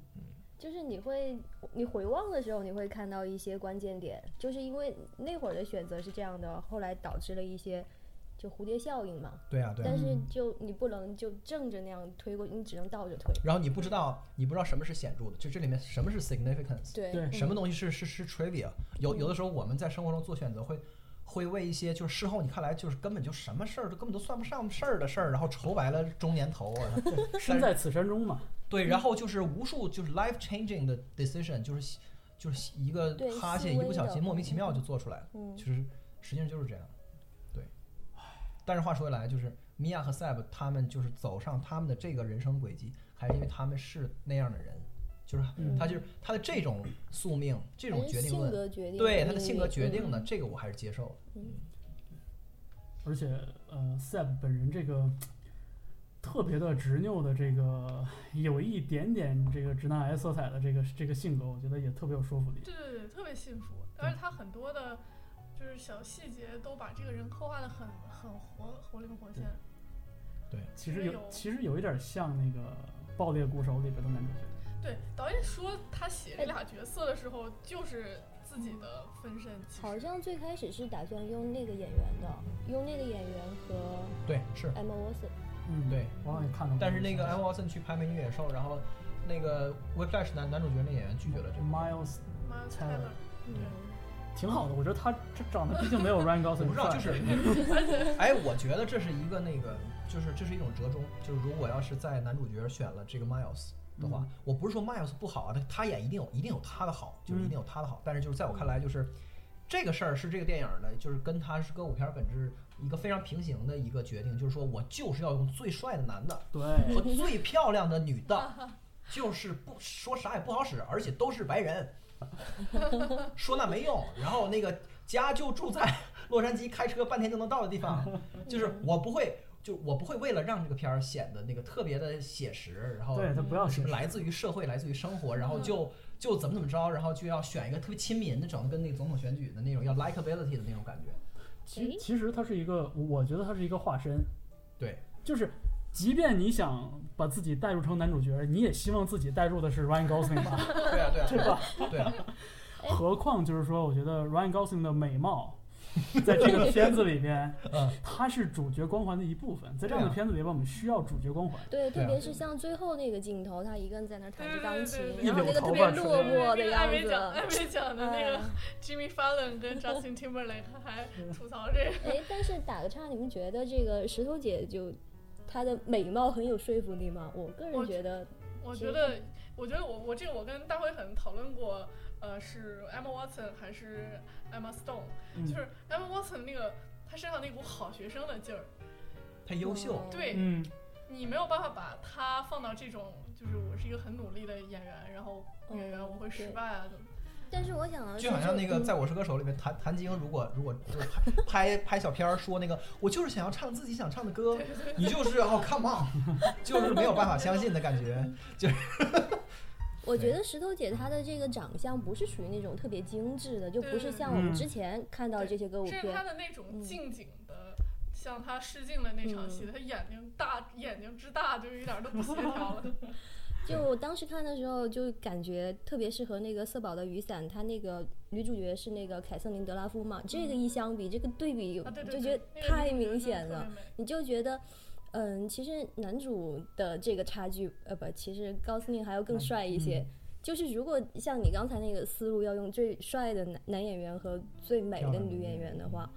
就是你会你回望的时候，你会看到一些关键点，就是因为那会儿的选择是这样的，后来导致了一些就蝴蝶效应嘛，
对啊，对啊。
但是
嗯
就你不能就正着那样推过去，你只能倒着推，
然后你不知道，你不知道什么是显著的，就这里面什么是 significance，
对嗯
对
什么东西是是是 trivia？有有的时候我们在生活中做选择会。会为一些就是事后你看来就是根本就什么事儿都根本都算不上事儿的事儿，然后愁白了中年头 啊！
身在此山中嘛。
对，然后就是无数就是 life changing 的 decision，就是就是一个
对
哈欠，
细
一
微
不小
的
心莫名其妙就做出来了，
嗯
其实实际上就是这样。对，但是话说回来，就是米娅和 Sab 他们就是走上他们的这个人生轨迹，还是因为他们是那样的人，就是
嗯
他就是他的这种宿命，这种
还
决定
是哎性
论，
格决定了
对他的
命
性格
运
决
嗯
定的，这个我还是接受的。
而且呃，Seb 本人这个特别的执拗的这个有一点点这个直男癌色彩的这个这个性格，我觉得也特别有说服力。
对对对，特别幸福。而且他很多的，就是小细节都把这个人刻画的很很活活灵活现。
其实有其实有一点像那个《爆裂鼓手》里边的男主角。
对，导演说他写这俩角色的时候，就是自己的分身。其实
好像最开始是打算用那个演员的，用那个演员和
对是，
Emma Watson。
嗯，
对，
我好像也看到过。
但是那个 Emma Watson 去拍《美女野兽》，然后那个 Whiplash 男男主角那演员拒绝了这个。
Miles
Miles
Teller
Teller，
嗯，
挺好的，我觉得他这长得毕竟没有 Ryan
我
Gosling
不知道，
帅
就是， 哎，我觉得这是一个那个，就是这是一种折中，就是如果要是在男主角选了这个 Miles 的话，我不是说 Miles 不好啊，他他演一定有一定有他的好，就是一定有他的好，但是就是在我看来，就是这个事儿是这个电影的，就是跟他是歌舞片本质一个非常平行的一个决定，就是说我就是要用最帅的男的
对，
和最漂亮的女的，就是不说啥也不好使，而且都是白人，说那没用。然后那个家就住在 洛杉矶，开车半天就能到的地方，就是我不会，就我不会为了让这个片儿显得那个特别的写实，然后
对他不要
什
写
么来自于社会，来自于生活，然后就就怎么怎么着，然后就要选一个特别亲民的，整的跟那个总统选举的那种要 likability 的那种感觉。
其其实他是一个，我觉得他是一个化身。
对，
就是即便你想把自己代入成男主角，你也希望自己代入的是 Ryan Gosling 吧，
对啊，对啊，
对吧？
对啊，
何况就是说，我觉得 Ryan Gosling 的美貌。在这个片子里边，
嗯
他是主角光环的一部分。在这
对
样的
啊
片子里边，我们需要主角光环。
对，
对
特
啊
别是像最后那个镜头，他一个人在那儿弹着钢琴
对对对，对
然后那个特别
一绺头发出嗯来
落寞的样
艾薇讲
子。嗯
艾 薇讲的那个 Jimmy Fallon 跟 Justin Timberlake 还
嗯
吐槽这个，
哎，但是打个岔，你们觉得这个石头姐就她的美貌很有说服力吗？我个人
我
觉得，
我觉得，我觉得我我这个我跟大辉很讨论过，呃，是 Emma Watson 还是 Emma Stone？、
嗯
就是 Emma Watson 那个她身上那股好学生的劲儿，
他优秀，
哦
对、
嗯，
你没有办法把她放到这种，就是我是一个很努力的演员，然后演员我会失败啊，怎么？
但是哦我想的是，
就好像那个
嗯
在《我是歌手》里面，谭谭晶如果如果就是拍拍拍小片儿说那个我就是想要唱自己想唱的歌，你就是哦 come on，就是 没有办法相信的感觉。
我
对
觉得石头姐她的这个长相不是属于那种特别精致的，就不是像我们
嗯
之前看到这些歌舞
这是她
片。
的那种
嗯
近景的。像她试镜的那场戏，她眼睛大，眼睛之大，就一点儿都不协调了。
就我当时看的时候，就感觉特别适合那个《色宝的雨伞》，她那个女主角是那个凯瑟琳·德拉夫嘛。这个一相比，这个 嗯对比有
啊，对对
就
对，
觉得
那个
太
女主角
明
真
显
的特
了
别，美
你就觉得。嗯，其实男主的这个差距，呃，不，其实高司令还要
嗯
更帅一些。就是如果像你刚才那个思路，要用最帅的男男演员和最美
漂
的
亮的
女
女
演
演
员的话，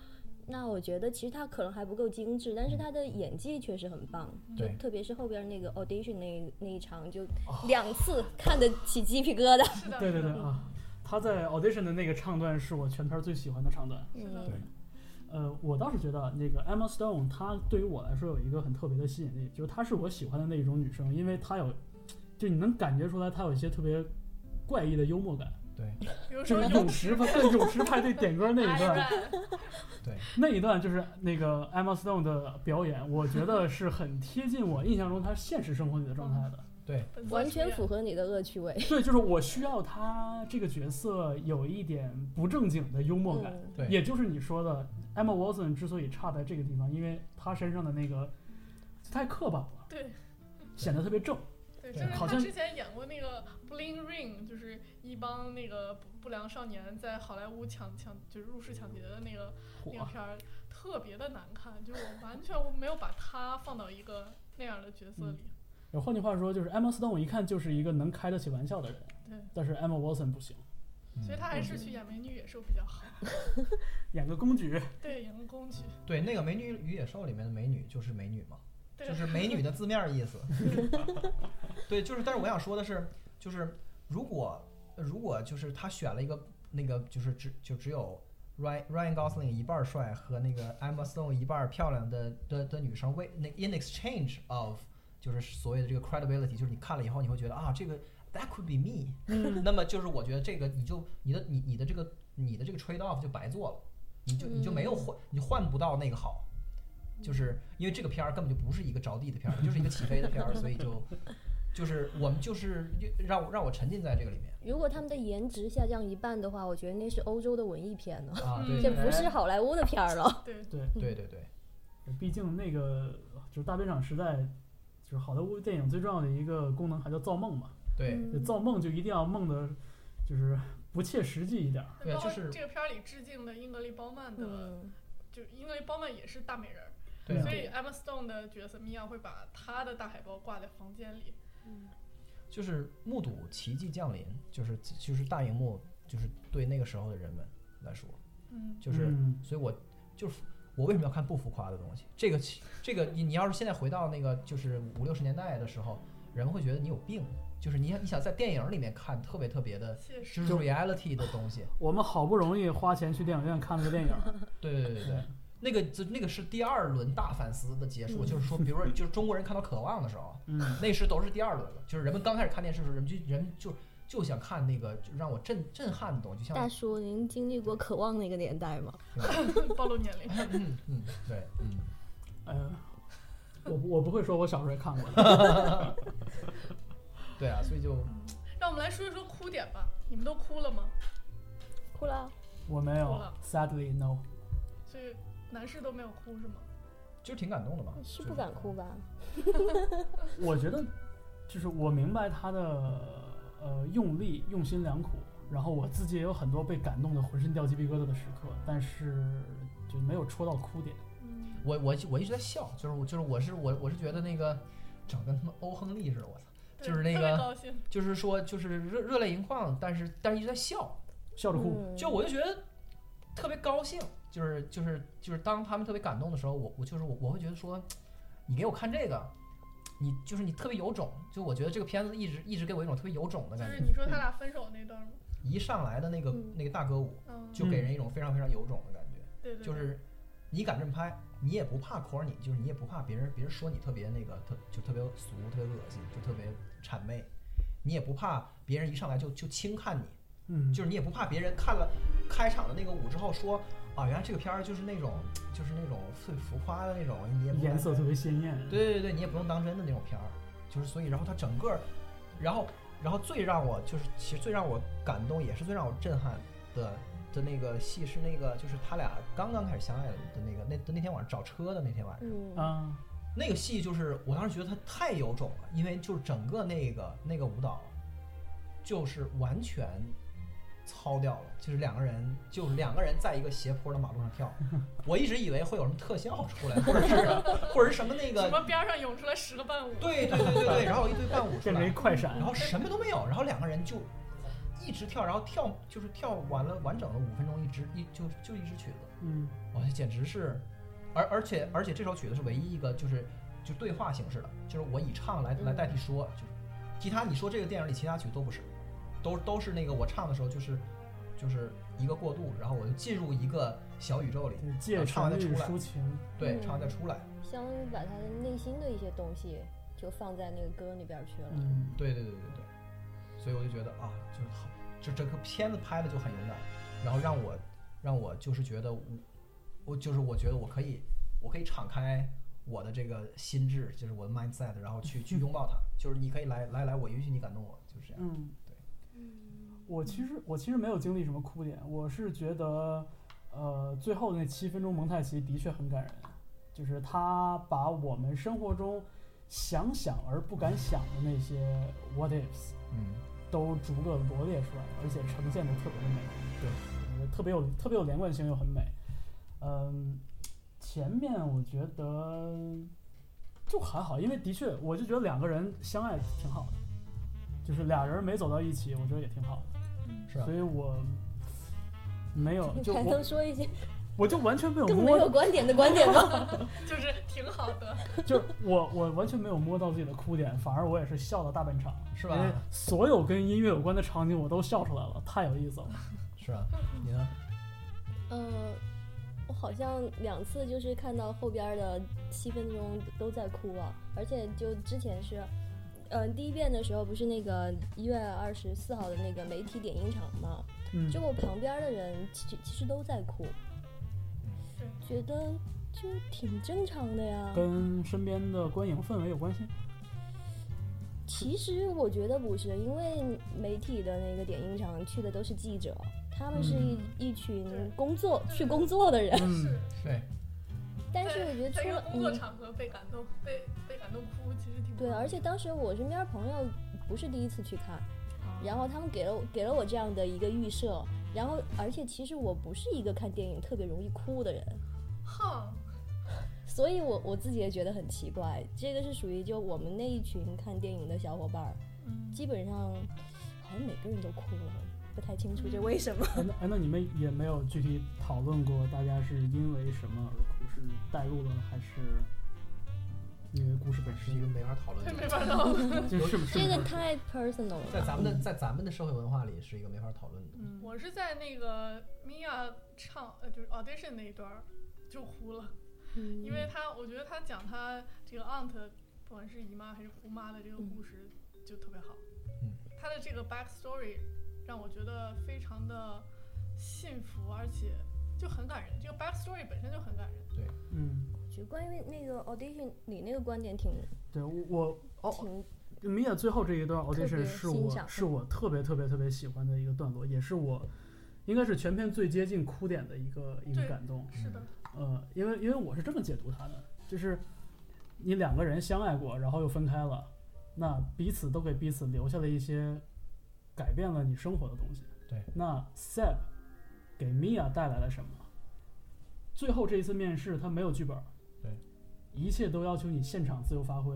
那我觉得其实他可能还不够精致，
嗯
但是他的演技确实很棒。就
对
特别是后边那个 audition 那那一场，就
哦
两次看得起鸡皮疙瘩。
是的，
对对
是
对
的
啊，他在 audition 的那个唱段是我全片儿最喜欢的唱段。
是的
嗯，
呃，我倒是觉得那个 Emma Stone 她对于我来说有一个很特别的吸引力，就是她是我喜欢的那一种女生，因为她有，就你能感觉出来她有一些特别怪异的幽默感，
对
比如
就
说哎
是哎泳池派对泳池派对点歌那一段，
对，
那一段就是那个 Emma Stone 的表演，我觉得是很贴近我印象中她现实生活里的状态的。
完全符
合。
合你的恶趣味。
对，就是我需要她这个角色有一点不正经的幽默感。
嗯，
对
也就是你说的，Emma Watson 之所以差在这个地方，因为她身上的那个太刻板了，
对
显得特别正。
对，
对
就是
好
他
像
之前演过那个《Bling Ring》，就是一帮那个不不良少年在好莱坞抢抢，就是入室抢劫的那个那个
火
片儿，特别的难看，就是我完全没有把他放到一个那样的角色里。
嗯
然后换句话说，就是 Emma Stone 一看就是一个能开得起玩笑的人，
对，
但是 Emma Watson 不行，
所
嗯
以他还是去演《美女野兽》比较好。
演个公举。
对，演个公举，
对，那个《美女与野兽》里面的美女就是美女嘛，
对
就是美女的字面意思。对，就是，但是我想说的是，就是如果如果就是他选了一个那个就是只就只有 Ryan Ryan Gosling 一半儿帅和那个 Emma Stone 一半儿漂亮的的的女生为那 in exchange of 就是所谓的这个 credibility，就是你看了以后你会觉得啊这个 that could be me，、那么就是我觉得这个你就你的你你的这个你的这个 trade off 就白做了，你就你就没有换你换不到那个好。就是因为这个片儿根本就不是一个着地的片儿，就是一个起飞的片儿，所以就就是我们就是让我让我沉浸在这个里面
如果他们的颜值下降一半的话，我觉得那是欧洲的文艺片呢，
啊，
嗯
对
这不是好莱坞的片儿了。
对，
对对对，
毕竟那个就是大片场时代，就是好莱坞电影最重要的一个功能还叫造梦嘛。
对
嗯
就造梦就一定要梦的，就是不切实际一点儿。
对
包括
就是
这个片儿里致敬的英格丽·褒曼的，
嗯，
就英格丽·褒曼也是大美人儿，
对啊
所，以 Emma Stone 的角色米娅会把她的大海报挂在房间里。
嗯
就是目睹奇迹降临，就是就是大荧幕，就是对那个时候的人们来说，
嗯，
就是
嗯
所以我就是我为什么要看不浮夸的东西？这个其这个你你要是现在回到那个就是五六十年代的时候，人们会觉得你有病，就是你你想在电影里面看特别特别的，
现实
就是 reality 的东 西。
我们好不容易花钱去电影院看了个电影儿，
对对对对 对，那个就那个是第二轮大反思的结束，就是说，比如说就是中国人看到《渴望》的时候，
嗯，
那时都是第二轮了，就是人们刚开始看电视的时候，人们就人们就就想看那个就让我震震撼的东西，就
大
像
叔，您经历过渴望那个年代吗？
暴露年龄。
嗯嗯对嗯
哎呀，我不我不会说我小时候也看过，
对啊，所以就
让我们来说一说哭点吧，你们都哭了吗？
哭了，
我没有
我了
，sadly no。
所以男士都没有哭是吗？
就挺感动的嘛，
是
就
不敢哭吧？
我觉得就是我明白他的呃用力、用心良苦，然后我自己也有很多被感动的浑身掉鸡皮疙瘩的时刻，但是就没有戳到哭点。
嗯，
我我我一直在笑，就是我就是我是我我是觉得那个整跟他们欧亨利似的，我操，
对
就是那
特别
个
高兴。
就是说就是热热泪盈眶，但是但是一直在笑，
笑着哭，
嗯
就我就觉得特别高兴，就是就是就是当他们特别感动的时候，我我就是我我会觉得说，你给我看这个，你就是你特别有种，就我觉得这个片子一直一直给我一种特别有种的
就
感
是
觉，
你说他俩分手那段吗？
一上来的那个
嗯
那个大歌舞
嗯，
就给人一种非常非常有种的感觉，
对对对，
就是你敢这么拍，你也不怕 corny，就是你也不怕别人别人说你特别那个特就特别俗、特别恶心、就特别谄媚，你也不怕别人一上来就就轻看你。
嗯，
就是你也不怕别人看了开场的那个舞之后说啊，原来这个片儿就是那种就是那种最浮夸的那种，你也不
颜色特
对
别鲜艳。
对对对，你也不用当真的那种片儿，就是所以然后它整个，然后然后最让我就是其实最让我感动也是最让我震撼的的那个戏是那个就是他俩刚刚开始相爱的那个那的那天晚上找车的那天晚上。
嗯，
啊，
那个戏就是我当时觉得他太有种了，因为就是整个那个那个舞蹈，就是完全糙掉了，就是两个人就是两个人在一个斜坡的马路上跳，我一直以为会有什么特效出来，或者是或者是什么那
什
个，
么边上涌出来十个伴舞，
对对对对对，然后一堆伴舞出
变成一
来，
快闪
然。后什么都没有，然后两个人就一直跳，然后跳就是跳完了完整的五分钟一支一就就一支曲子。
嗯，
哇，简直是，而而且而且这首曲子是唯一一个就是就对话形式的，就是我以唱来来代替说，就是其他你说这个电影里其他曲都不是，都都是那个我唱的时候就是就是一个过渡，然后我就进入一个小宇宙里，
就是借旋律抒情。
对，
嗯
唱完再出来，
相当于把他的内心的一些东西就放在那个歌里边儿去了。
嗯，
对对对对对，所以我就觉得啊，就是好，就整个片子拍的就很勇敢，然后让我让我就是觉得我我就是我觉得我可以我可以敞开我的这个心智，就是我的 mindset，然后 去去拥抱它，就是你可以来来来，我允许你感动我，就是这样。
嗯，
嗯
我其实我其实没有经历什么哭点，我是觉得，呃，最后那七分钟蒙太奇的确很感人，就是他把我们生活中想想而不敢想的那些 what ifs
嗯，
都逐个罗列出来，而且呈现的特别的美，
对
呃，特别有特别有连贯性又很美。嗯，前面我觉得就还好，因为的确我就觉得两个人相爱挺好的，就是俩人没走到一起，我觉得也挺好的。
是啊
所，以我没有， 就
还
我
能说一些
我就完全没有
更没有
摸，
观点的观点吗？
就是挺好的。
就是我我完全没有摸到自己的哭点，反而我也是笑到大半场，
是
因为
吧？
所有跟音乐有关的场景我都笑出来了，太有意思了。
是啊，你呢？
嗯，我好像两次就是看到后边儿的七分钟都在哭啊，而且就之前是，嗯、第一遍的时候不是那个一月二十四号的那个媒体点映场嘛，
嗯
就，我旁边儿的人其实其实都在哭，觉得就挺正常的呀。
跟身边的观影氛围有关 系。
其实我觉得不是，因为媒体的那个点映场去的都是记者，他们是一、一群
对
工作去工作的人，
嗯，
对，
但是我觉得
在
出
一个
了
工作
嗯
场合被感动，被被感动哭，其实挺
对，而且当时我身边朋友不是第一次去看，
嗯
然后他们给了我给了我这样的一个预设，然后而且其实我不是一个看电影特别容易哭的人，
哼，
所以我我自己也觉得很奇怪，这个是属于就我们那一群看电影的小伙伴儿，
嗯，
基本上好像每个人都哭了，不太清楚这为什么。
哎那哎，那你们也没有具体讨论过，大家是因为什么而哭？是带入了，还是因为故事 本
是一个
身？
没法讨论的
没
问题。
法到，
就是不是
这个
不是
太 personal 了
在
吧，
咱们的在咱们的社会文化里是一个没法讨论的。
嗯，我是在那个 Mia 唱呃就是 audition 那一段儿就哭了，
嗯
因为他我觉得他讲他这个 aunt 不管是姨妈还是姑妈的这个
嗯
故事就特别好，
嗯，
他的这个 back story 让我觉得非常的幸福，而且就很感人，这个 back story 本身就很感人，
嗯，
就关于那个 audition，你那个观点挺
对我我哦，
挺
米娅最后这一段
特别
audition 是
欣
我
赏
是我特别特别特别喜欢的一个段落，也是我应该是全片最接近哭点的一个一个
对
感动。
是的，
呃，因为因为我是这么解读它的，就是你两个人相爱过，然后又分开了，那彼此都给彼此留下了一些改变了你生活的东西。
对，
那 Seb 给 Mia 带来了什么？最后这一次面试，他没有剧本，
对，
一切都要求你现场自由发挥，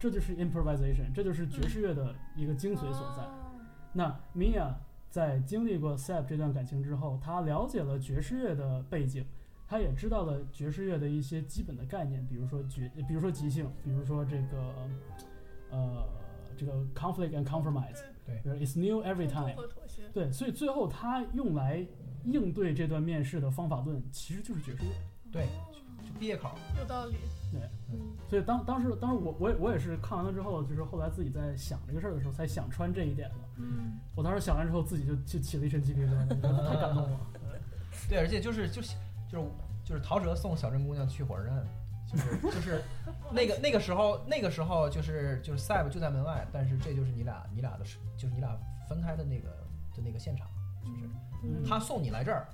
这就是 improvisation，这就是爵士乐的一个精髓所在。
啊
那 Mia 在经历过 Seb 这段感情之后，她了解了爵士乐的背景，她也知道了爵士乐的一些基本的概念，比如说爵，比如说即兴，比如说这个，呃，这个 conflict and compromise，比如 it's new every
对，冲
time
突。和妥协，
对，所以最后她用来应对这段面试的方法论其实就是爵士乐。
对
哦
就毕业考，
有道理，
嗯
所以当当时当时我我也我也是看完了之后，就是后来自己在想这个事儿的时候，才想穿这一点的。
嗯。
我当时想完之后，自己就就起了一身鸡皮疙瘩，太感动了。
对，而且就是就是就是就是陶喆送小镇姑娘去火车站，就是就是那个那个时候那个时候就是就是 Seb 就在门外，但是这就是你俩你俩的事，就是你俩分开的那个的那个现场，就是
嗯
他送你来这儿。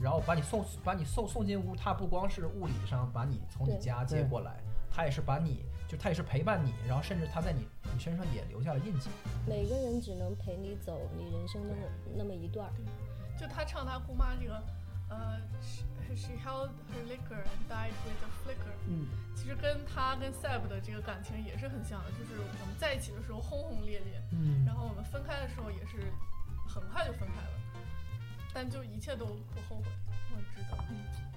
然后把你送把你送送进屋，他不光是物理上把你从你
对
家接过来，他也是把你就他也是陪伴你，然后甚至他在你你身上也留下了印记。
每个人只能陪你走你人生那么那么一段儿，
就他唱他姑妈这个，呃，she she held her liquor and died with a flicker，
嗯，
其实跟他跟 Seb 的这个感情也是很像的，就是我们在一起的时候轰轰烈烈，
嗯
然后我们分开的时候也是很快就分开了，但就一切都不后悔，我知道，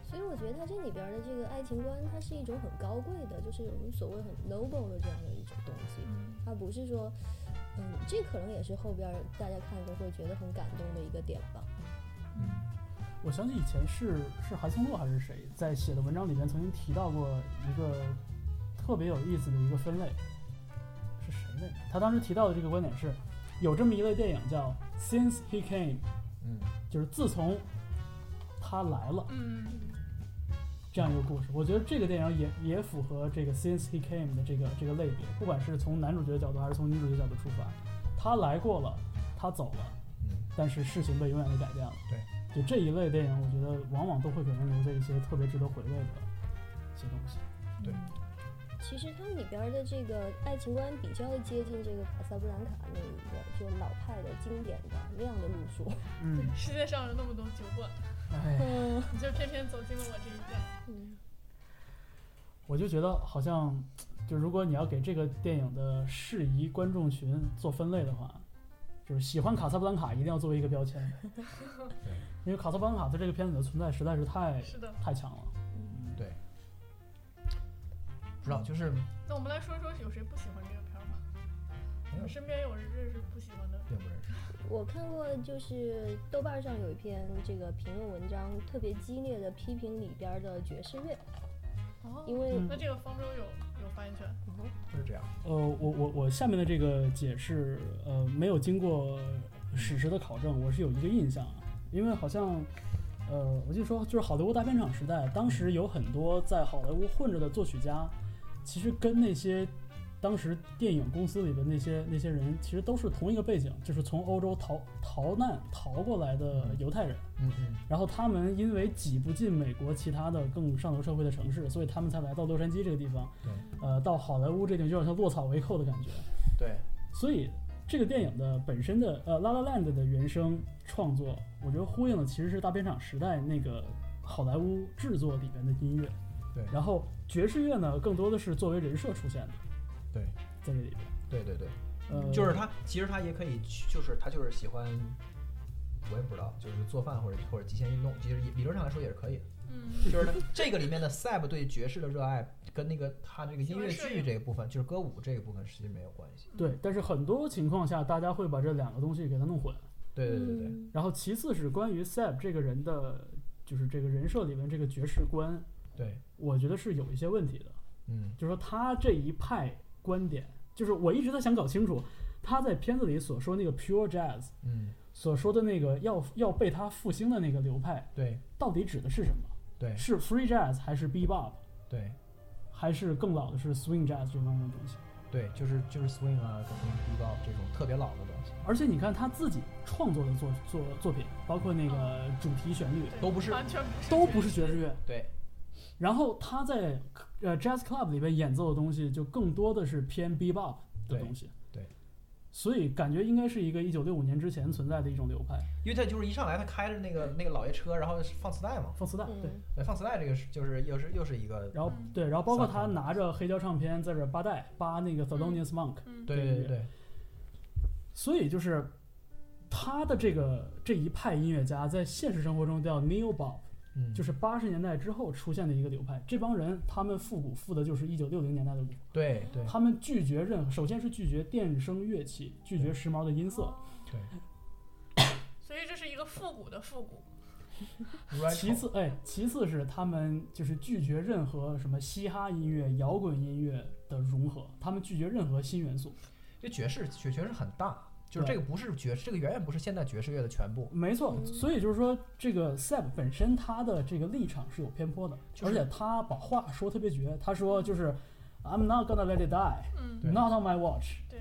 所以我觉得他这里边儿的这个爱情观，它是一种很高贵的，就是我们所谓很 noble 的这样的一种东西，
嗯，
它不是说，嗯，这可能也是后边儿大家看着会觉得很感动的一个点吧。嗯
我想起以前是是韩松洛还是谁在写的文章里面曾经提到过一个特别有意思的一个分类，是谁来着？他当时提到的这个观点是，有这么一类电影叫 Since He Came，
嗯，
就是自从他来了
嗯，
这样一个故事。我觉得这个电影也也符合这个 Since He Came 的这个这个类别，不管是从男主角的角度还是从女主角角度出发，他来过了，他走了。
嗯
但是事情被永远的改变了。
对，
就这一类电影，我觉得往往都会给人留下一些特别值得回味的一些东西。
对
嗯，
其实它里边儿的这个爱情观比较接近这个卡萨布兰卡那一个就老派的经典的那样的路数。
嗯，
世界上有那么多酒馆，
哎，
嗯
你就偏偏走进了我这一家，
嗯，
我就觉得好像，就如果你要给这个电影的适宜观众群做分类的话，就是喜欢卡萨布兰卡一定要作为一个标签，因为卡萨布兰卡在这个片子的存在实在是太
是的，
太强了。
不知道就是
嗯
那我们来说说有谁不喜欢这个片儿吧？我们身边有认识不喜欢的，
并不认识。
我看过，就是豆瓣上有一篇这个评论文章，特别激烈的批评里边儿的爵士乐，
哦
因为、
嗯
那这个方舟有有发言权，
嗯
就是这样。
呃，我我我下面的这个解释，呃，没有经过史实的考证，我是有一个印象啊，因为好像，呃，我就说就是好莱坞大片场时代，当时有很多在好莱坞混着的作曲家，其实跟那些当时电影公司里的那些那些人，其实都是同一个背景，就是从欧洲逃逃难逃过来的犹太人。
嗯嗯。
然后他们因为挤不进美国其他的更上流社会的城市，所以他们才来到洛杉矶这个地方
对，
呃，到好莱坞这地方有点像落草为寇的感觉。
对，
所以这个电影的本身的呃《La La Land》的原声创作，我觉得呼应的其实是大片场时代那个好莱坞制作里边的音乐。
对
然后爵士乐呢，更多的是作为人设出现的。
对，
在这里边，
对对对，
呃，
就是他，其实他也可以去，就是他就是喜欢，我也不知道，就是做饭或者或者极限运动，其实理论上来说也是可以的。
嗯，
就是他这个里面的 Sab 对爵士的热爱，跟那个他这个音乐剧这个部分，就是歌舞这个部分，其实没有关系。
对，但是很多情况下，大家会把这两个东西给它弄混。
对对对对对，
嗯
然后其次是关于 Seb 这个人的，就是这个人设里面这个爵士观，
对，
我觉得是有一些问题的。
嗯，
就是说他这一派观点，就是我一直在想搞清楚，他在片子里所说那个 pure jazz
嗯，
所说的那个要要被他复兴的那个流派，
对
到底指的是什么？
对
是 free jazz 还是 bebop，
对
还是更老的是 swing jazz 这方面的东西？
对，就是就是 swing 啊，跟 b b o 这种特别老的东西，
而且你看他自己创作的作作作品，包括那个主题旋律，
对
都不是
完全不是，
都不是爵士乐。
对
然后他在呃 jazz club 里边演奏的东西，就更多的是偏 bebop 的
对
东西。
对
所以感觉应该是一个一九六五年之前存在的一种流派，
因为他就是一上来他开着那个那个老爷车，然后放磁带嘛，
放磁带。对，
嗯，
对，放磁带这个是就是又是又是一个，
然后
嗯
对，然后包括他
萨克斯
拿着黑胶唱片在这扒带扒那个 Thelonious Monk，
嗯，
对对对
所以就是他的这个这一派音乐家在现实生活中叫 neo bop，
嗯，
就是八十年代之后出现的一个流派。这帮人他们复古复的就是一九六零年代的鼓，
对对
他们拒绝任何，首先是拒绝电声乐器，拒
嗯
绝时髦的音色。
对。
所以这是一个复古的复古，
Retro
其次，哎，其次是他们就是拒绝任何什么嘻哈音乐、摇滚音乐的融合，他们拒绝任何新元素。
这爵士爵爵士很大，就是
对
这个不是爵士，这个远远不是现代爵士乐的全部。
没错，
嗯
所以就是说，这个 Seb 本身他的这个立场是有偏颇的，
就是
而且他把话说特别绝，他说就是。I'm not gonna let it die,
嗯，
对
not on my watch。
对，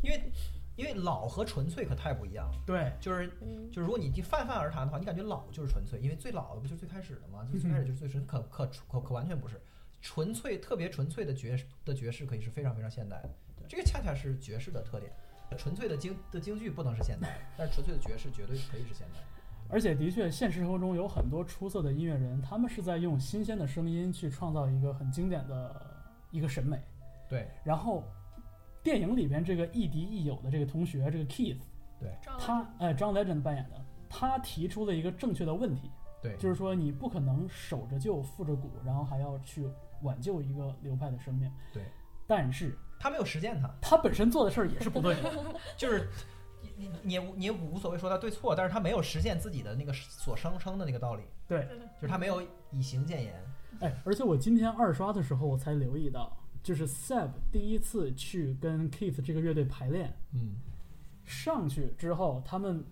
因为因为老和纯粹可太不一样了。
对，
就是
嗯
就是，如果你你泛泛而谈的话，你感觉老就是纯粹，因为最老的不就是最开始的吗？就最开始就是最纯，可可可可完全不是纯粹，特别纯粹的爵士的爵士可以是非常非常现代的，这个恰恰是爵士的特点。纯粹的京的京剧不能是现代的，但是纯粹的爵士绝对可以是现代的。
而且的确，现实生活中有很多出色的音乐人，他们是在用新鲜的声音去创造一个很经典的一个审美。
对
然后，电影里边这个亦敌亦友的这个同学，这个 Keith，
张
他哎张 Legend 扮演的，他提出了一个正确的问题，
对，
就是说你不可能守着旧负着骨，然后还要去挽救一个流派的生命。
对，
但是
他没有实践它，
他本身做的事儿也是不对的。
就是你你你也无你也无所谓说他对错，但是他没有实现自己的那个所声称的那个道理，
对，
真的
就是他没有以行见言。
哎，而且我今天二刷的时候我才留意到，就是 Seb 第一次去跟 Keith 这个乐队排练，
嗯
上去之后他们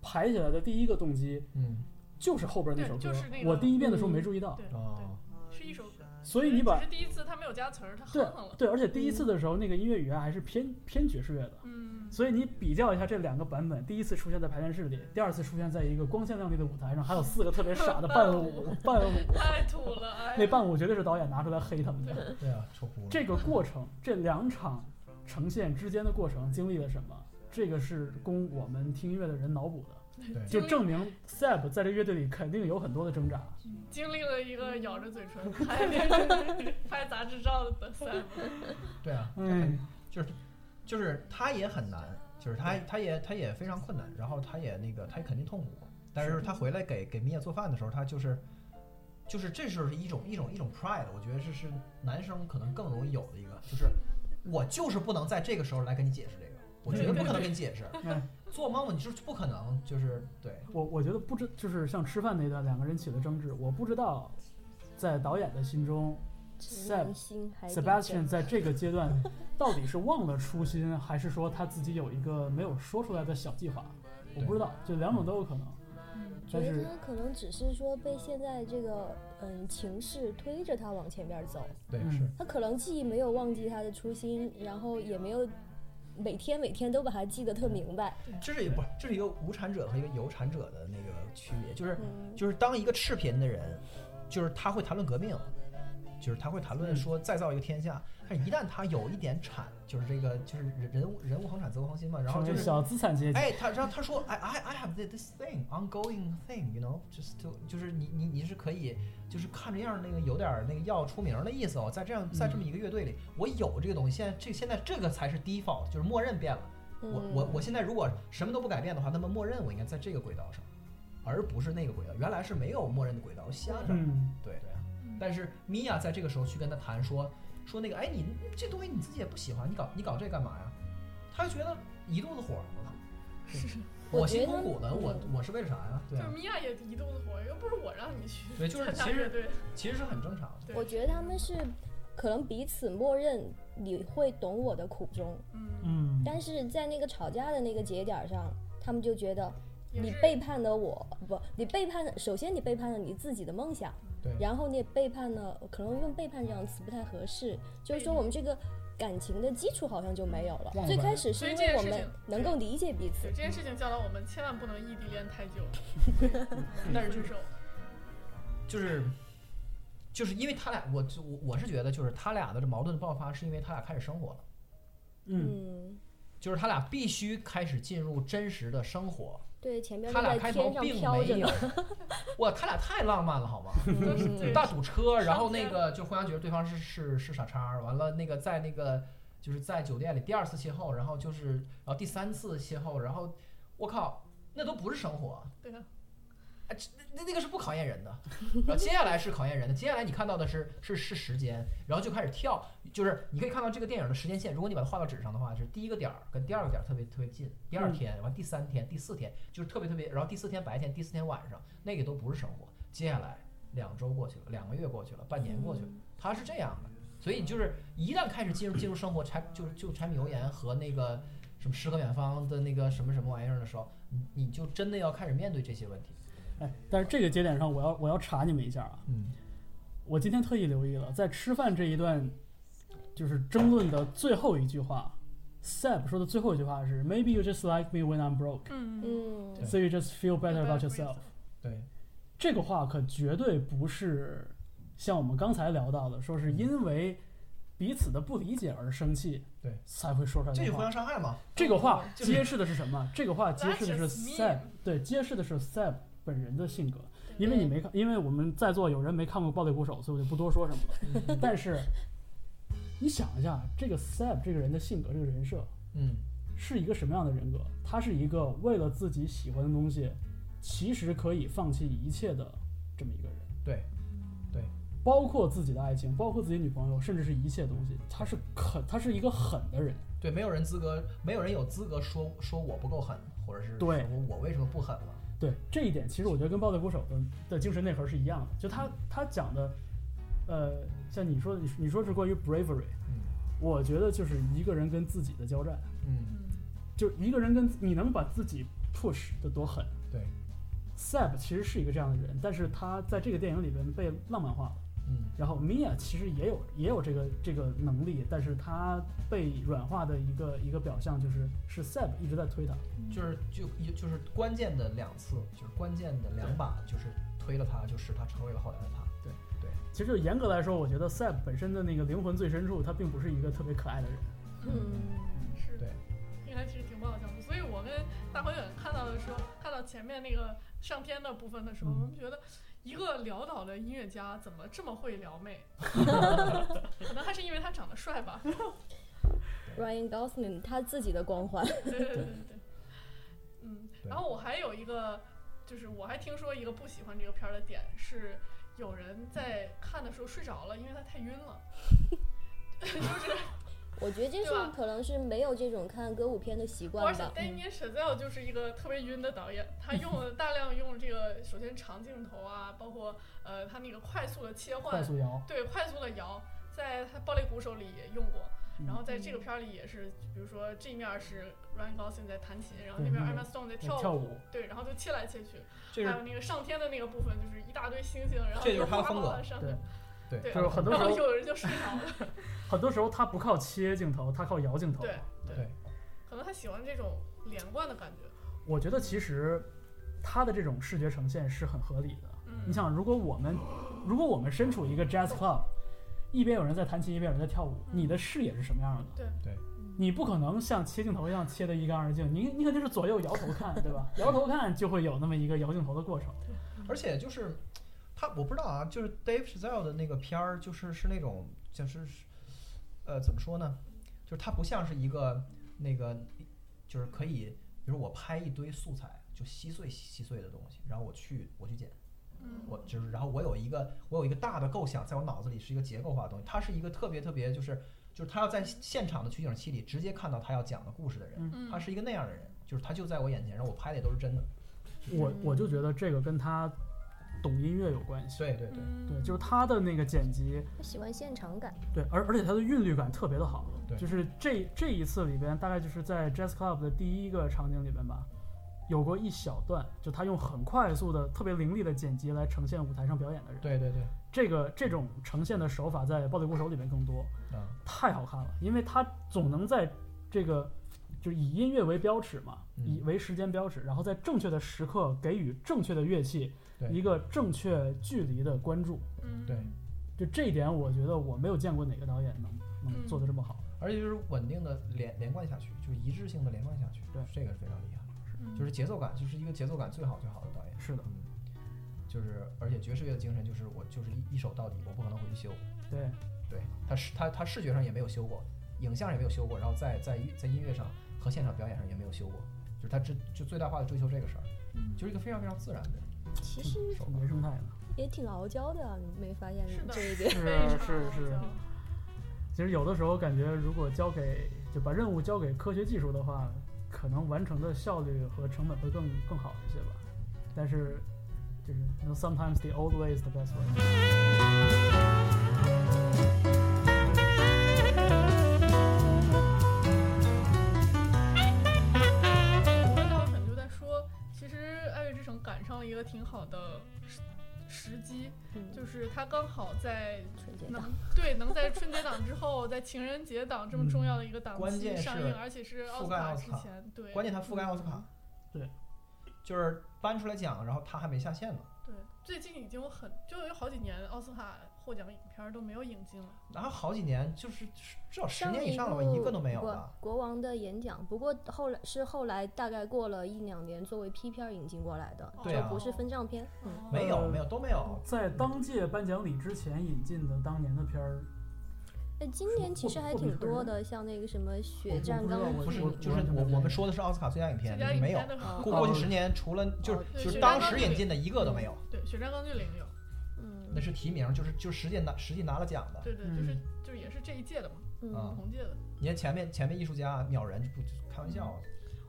排起来的第一个动机
嗯
就是后边那首歌。
对就是那个嗯
我第一遍的时候没注意到，
对
哦，
对，是一首歌，
所以你把
只是第嗯一次他没有加词儿，他
对
哼哼了，
对，而且第一次的时候那个音乐语言还是偏偏爵士乐的。
嗯，
所以你比较一下这两个版本，第一次出现在排练室里，第二次出现在一个光鲜亮丽的舞台上，还有四个特别傻的伴 舞，伴舞
太土了，哎呀，
那伴舞绝对是导演拿出来黑他们的。
对啊，抽哭了。
这个过程，这两场呈现之间的过程经历了什么？这个是供我们听音乐的人脑补的，
对
就证明 Seb 在这乐队里肯定有很多的挣扎。
经历了一个咬着嘴唇拍电视拍杂志照的三，
对啊，
嗯，
就是他也很难，就是他他也他也非常困难，然后他也那个他也肯定痛苦，但是他回来给给米娅做饭的时候，他就是。就是这就是一种一种一种 pride，我觉得这是男生可能更容易有的一个，就是我就是不能在这个时候来跟你解释这个，我绝对不可能跟你解释。
嗯
做妈妈你是不可能，就是对，
我我觉得不知就是像吃饭那段两个人起了争执，我不知道在导演的心中
陈
Seb
明心还
Sebastian
在
在这个阶 段到底是忘了初心，还是说他自己有一个没有说出来的小计划？我不知道，就两种都有可能。
觉
嗯
但
得
是
他可能只是说被现在这个嗯情势推着他往前边走，
对
嗯
是，
他可能既没有忘记他的初心，然后也没有每天每天都把它记得特明白。
这是也不是这是一个无产者和一个有产者的那个区别，就是
嗯，
就是当一个赤贫的人，就是他会谈论革命，就是他会谈论
嗯
说再造一个天下，但是一旦他有一点产，就是这个就是人人物人物恒产则无恒心嘛，然后
成
就
为
是
小资产阶级，
哎，他然后他说，I I I have thi- this thing ongoing thing, you know, just to 就是你你你是可以，就是看这样儿那个有点儿那个要出名儿的意思哦，在这样在这么一个乐队里，我有这个东西，现在这现在这个才是 default，就是默认变了。我
嗯
我我现在如果什么都不改变的话，那么默认我应该在这个轨道上，而不是那个轨道。原来是没有默认的轨道，我瞎整。
嗯，
对对啊。但是米娅在这个时候去跟他谈说说那个，哎，你这东西你自己也不喜欢，你搞你搞这干嘛呀？他就觉得一肚子火嘛。
我
我
觉
辛
得
苦苦的，我我是为了啥呀？对
就
啊
是，米娅也一肚子火，又不是我让你去
对就是
参加
其实
乐队，
其实是很正常的。
我觉得他们是可能彼此默认你会懂我的苦衷，
嗯，
嗯，
但是在那个吵架的那个节点上，他们就觉得
也
你
是
背叛了我，不，你背叛了，首先你背叛了你自己的梦想，
对
然后你也背叛了，可能用背叛这样的词不太合适，就是说我们这个感情的基础好像就没有了
忘。了
最开始是因
所以
为
这
我
件事
们
情
能够理解彼
对
此
这，件事情教导我们千万不能异地恋太久，
但是就
分
是
手。
就是就是因为他俩，我就我我是觉得就是他俩的这矛盾的爆发是因为他俩开始生活了，
嗯，
嗯，
就是他俩必须开始进入真实的生活。
对，前面
他
都
俩
在
开
天
头
上
并
飘着
没
呢
有，，哇，他俩太浪漫了好吗？
都是
嗯
对
大堵车，然后
上
那
天
个就互相觉得对方是是是傻叉儿，完了那个在那个就是在酒店里第二次邂逅，然后就是然后第三次邂逅，然后我靠，那都不是生活，
对啊，
啊，这那那个是不考验人的。然后接下来是考验人的，接下来你看到的是是是时间，然后就开始跳，就是你可以看到这个电影的时间线。如果你把它画到纸上的话，就是第一个点儿跟第二个点儿特别特别近，第二
嗯
天完第三天第四天就是特别特别，然后第四天白天第四天晚上那个都不是生活。接下来两周过去了，两个月过去了，半年过去了，
嗯
它是这样的。所以就是一旦开始进入进入生活柴就是就柴米油盐和那个什么诗和远方的那个什么什么玩意儿的时候，你你就真的要开始面对这些问题。
哎，但是这个节点上，我要我要查你们一下啊，
嗯。
我今天特意留意了，在吃饭这一段，就是争论的最后一句话，Seb 说的最后一句话是 “Maybe you just like me when I'm broke,
嗯，
嗯，
对
so you just feel better about yourself”。
对，
这个话可绝对不是像我们刚才聊到的，说是因为彼此的不理解而生气，
对，
才会说出来
这
的
就互
话。
相伤害嘛。
这个话
就是
揭示的是什么？这个话揭示的是
That's just
Seb，
mean
对，揭示的是 Seb 本人的性格。因为你没看，因为我们在座有人没看过《暴力鼓手》，所以我就不多说什么了。
嗯
但是，你想一下，这个 Seb 这个人的性格，这个人设
嗯，
是一个什么样的人格？他是一个为了自己喜欢的东西，其实可以放弃一切的这么一个人。
对，对，
包括自己的爱情，包括自己女朋友，甚至是一切东西。他是狠，他是一个狠的人。
对，没有人资格，没有人有资格说说我不够狠，或者是
对
说我我为什么不狠了？
对这一点，其实我觉得跟《暴力鼓手的》的精神内核是一样的。就他他讲的，呃，像你说的，你你说是关于 bravery，
嗯
我觉得就是一个人跟自己的交战，
嗯，
嗯，
就是一个人跟你能把自己 push 的多狠。
对，
Seb 其实是一个这样的人，但是他在这个电影里边被浪漫化了。
嗯，
然后 Mia 其实也有也有这个这个能力，但是她被软化的一个一个表象就是是 Seb 一直在推她。
就是就也就是关键的两次，就是关键的两把，就是推了他，就使他成为了后来的他。
其实严格来说，我觉得 Seb 本身的那个灵魂最深处，他并不是一个特别可爱的人。
嗯，
是
对，
应该其实挺不好相处。所以我跟大黄远看到的时候，看到前面那个上天的部分的时候，
嗯
我们觉得一个潦倒的音乐家怎么这么会撩 妹？可能还是因为他长得帅吧。
Ryan Gosling 他自己的光环，
对对对对对。嗯，
对
然后我还有一个，就是我还听说一个不喜欢这个片儿的点是，有人在看的时候睡着了，因为他太晕了。
我觉得这
对吧
是可能是没有这种看歌舞片的嗯习
而
惯
且
吧。
Damien Chazelle 就是一个特别晕的导演，他用了大量用这个，首先长镜头啊，包括呃他那个快速的切
快
换，
速摇，
对快速的摇，在他《暴力鼓手》里也用过，然后在这个片儿里也是，比如说这面是 Ryan Gosling 在弹琴，然后那边
对
Emma Stone 在
跳
跳舞，对，然后就切来切去，
这
还
是
有那个上天的那个部分，就是一大堆星星，然后
这就是他的
哗
风格
哗上
对
对
对
就是很多
然
时
后
候
有人就睡着了，
很多时候他不靠切镜头，他靠摇镜头。
对，
对，
可能他喜欢这种连贯的感觉，
我觉得其实他的这种视觉呈现是很合理的。
嗯，
你想，如果我们如果我们身处一个 jazz club，一边有人在弹琴，一边有人在跳舞，
嗯
你的视野是什么样的？你不可能像切镜头一样切的一干二净，你你肯定是左右摇头看，对吧？摇头看就会有那么一个摇镜头的过程。
而且就是他，我不知道啊，就是 Dave Chazelle 的那个片儿，就是是那种就是是呃怎么说呢，就是他不像是一个那个就是可以，比如我拍一堆素材，就稀碎稀碎的东西，然后我去我去剪，
嗯
我就是然后我有一个我有一个大的构想，在我脑子里是一个结构化的东西，他是一个特别特别就是就是他要在现场的取景器里直接看到他要讲的故事的人，
嗯，
他是一个那样的人，就是他就在我眼前，然后我拍的也都是真的，
我我就觉得这个跟他懂音乐有关系。
对对对。
嗯
对，就是他的那个剪辑，
他喜欢现场感，
对，而而且他的韵律感特别的好
嗯对。
就是这这一次里边，大概就是在 Jazz Club 的第一个场景里边吧，有过一小段，就他用很快速的、特别凌厉的剪辑来呈现舞台上表演的人。
对对对，
这个这种呈现的手法在《暴力鼓手》里面更多。
嗯，
太好看了，因为它总能在这个就是以音乐为标尺嘛，
嗯
以为时间标尺，然后在正确的时刻给予正确的乐器
对
一个正确距离的关注。
嗯
对
就这一点，我觉得我没有见过哪个导演能能
嗯
做得这么好。
而且就是稳定的连连贯下去，就是一致性的连贯下去，
对
这个是非常厉害的，
嗯
就是节奏感，就是一个节奏感最好最好的导演，
是的，
嗯，就是而且爵士乐的精神就是我就是一一手到底，我不可能回去修，
对，
对，他视他他视觉上也没有修过，影像也没有修过，然后在在在音乐上和现场表演上也没有修过，就是他这就最大化的追求这个事儿，
嗯
就是一个非常非常自然的
其实
手法，
原生态的。
也挺傲娇的、啊，你没发现
是的
这一 点？
是
非常
是是
好笑
其实有的时候感觉，如果交给就把任务交给科学技术的话，可能完成的效率和成本会更更好一些吧。但是就是 you know, sometimes the old way is the best way。
刚才我很就在说，其实《爱乐之城》赶上了一个挺好的时时机，
嗯，
就是它刚好在
纯洁的
能对能在春节档之后，在情人节档这么重要的一个档
嗯关
期
键是
上映，而且是奥
覆
斯
盖
卡
奥斯
之
卡
前，对
关键他覆盖奥斯卡，
嗯
对，
就是搬出来讲，然后他还没下线呢。
对，最近已经有很就有好几年奥斯卡获奖影片儿都没有引进了，
然后好几年，就是至少十
上
年
一
以上了吧，
部
一个都没有
国
了。
国王的演讲，不过后来是后来大概过了一两年，作为 P 片儿引进过来的，
对
就
啊
不是分账片。嗯，
哦
没有，没有，都没有。
在当届颁奖礼之前引进的当年的片儿，
那今年其实还挺多的，像那个什么《血战
我
钢
我
不是
锯
我，》
就是我我们说的是奥斯卡最佳影
最
片，
佳影
没有
片。的
啊
过过去十年，除了就是
哦
就是
对
当时引进的一个都没有，
对《血战钢锯岭》有，
嗯
那是提名，就是就实际拿实际拿了奖的。
对对，就是
嗯
就是也是这一届的嘛，
啊
嗯，
同届的，
你看前面前面艺术家秒人就不开玩笑，啊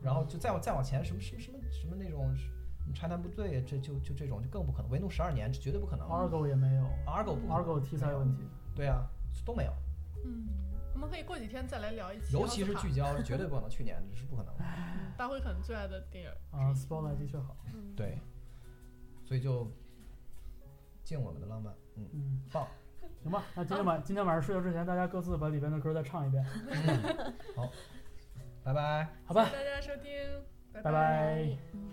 然后就再往再往前什么什么什么什么那种拆弹部队，这就就这种就更不可能。维怒十二年这绝对不可能。
Argo 也没有
Argo 不可能
，Argo 题材有问题。
对啊，都没有，
嗯，我们可以过几天再来聊一期
尤
奥斯卡，
其是聚焦是绝对不可能，去年是不可能。的。
嗯大辉很最爱的电影
啊
儿之一。
，Spotlight 的确好。
嗯，
对，所以就敬我们的浪漫，嗯，
嗯，
棒，
行吧，那今天晚今天晚上睡觉之前，大家各自把里边的歌再唱一遍，
嗯拜拜。
好吧
谢谢？大家收听，
拜拜。
嗯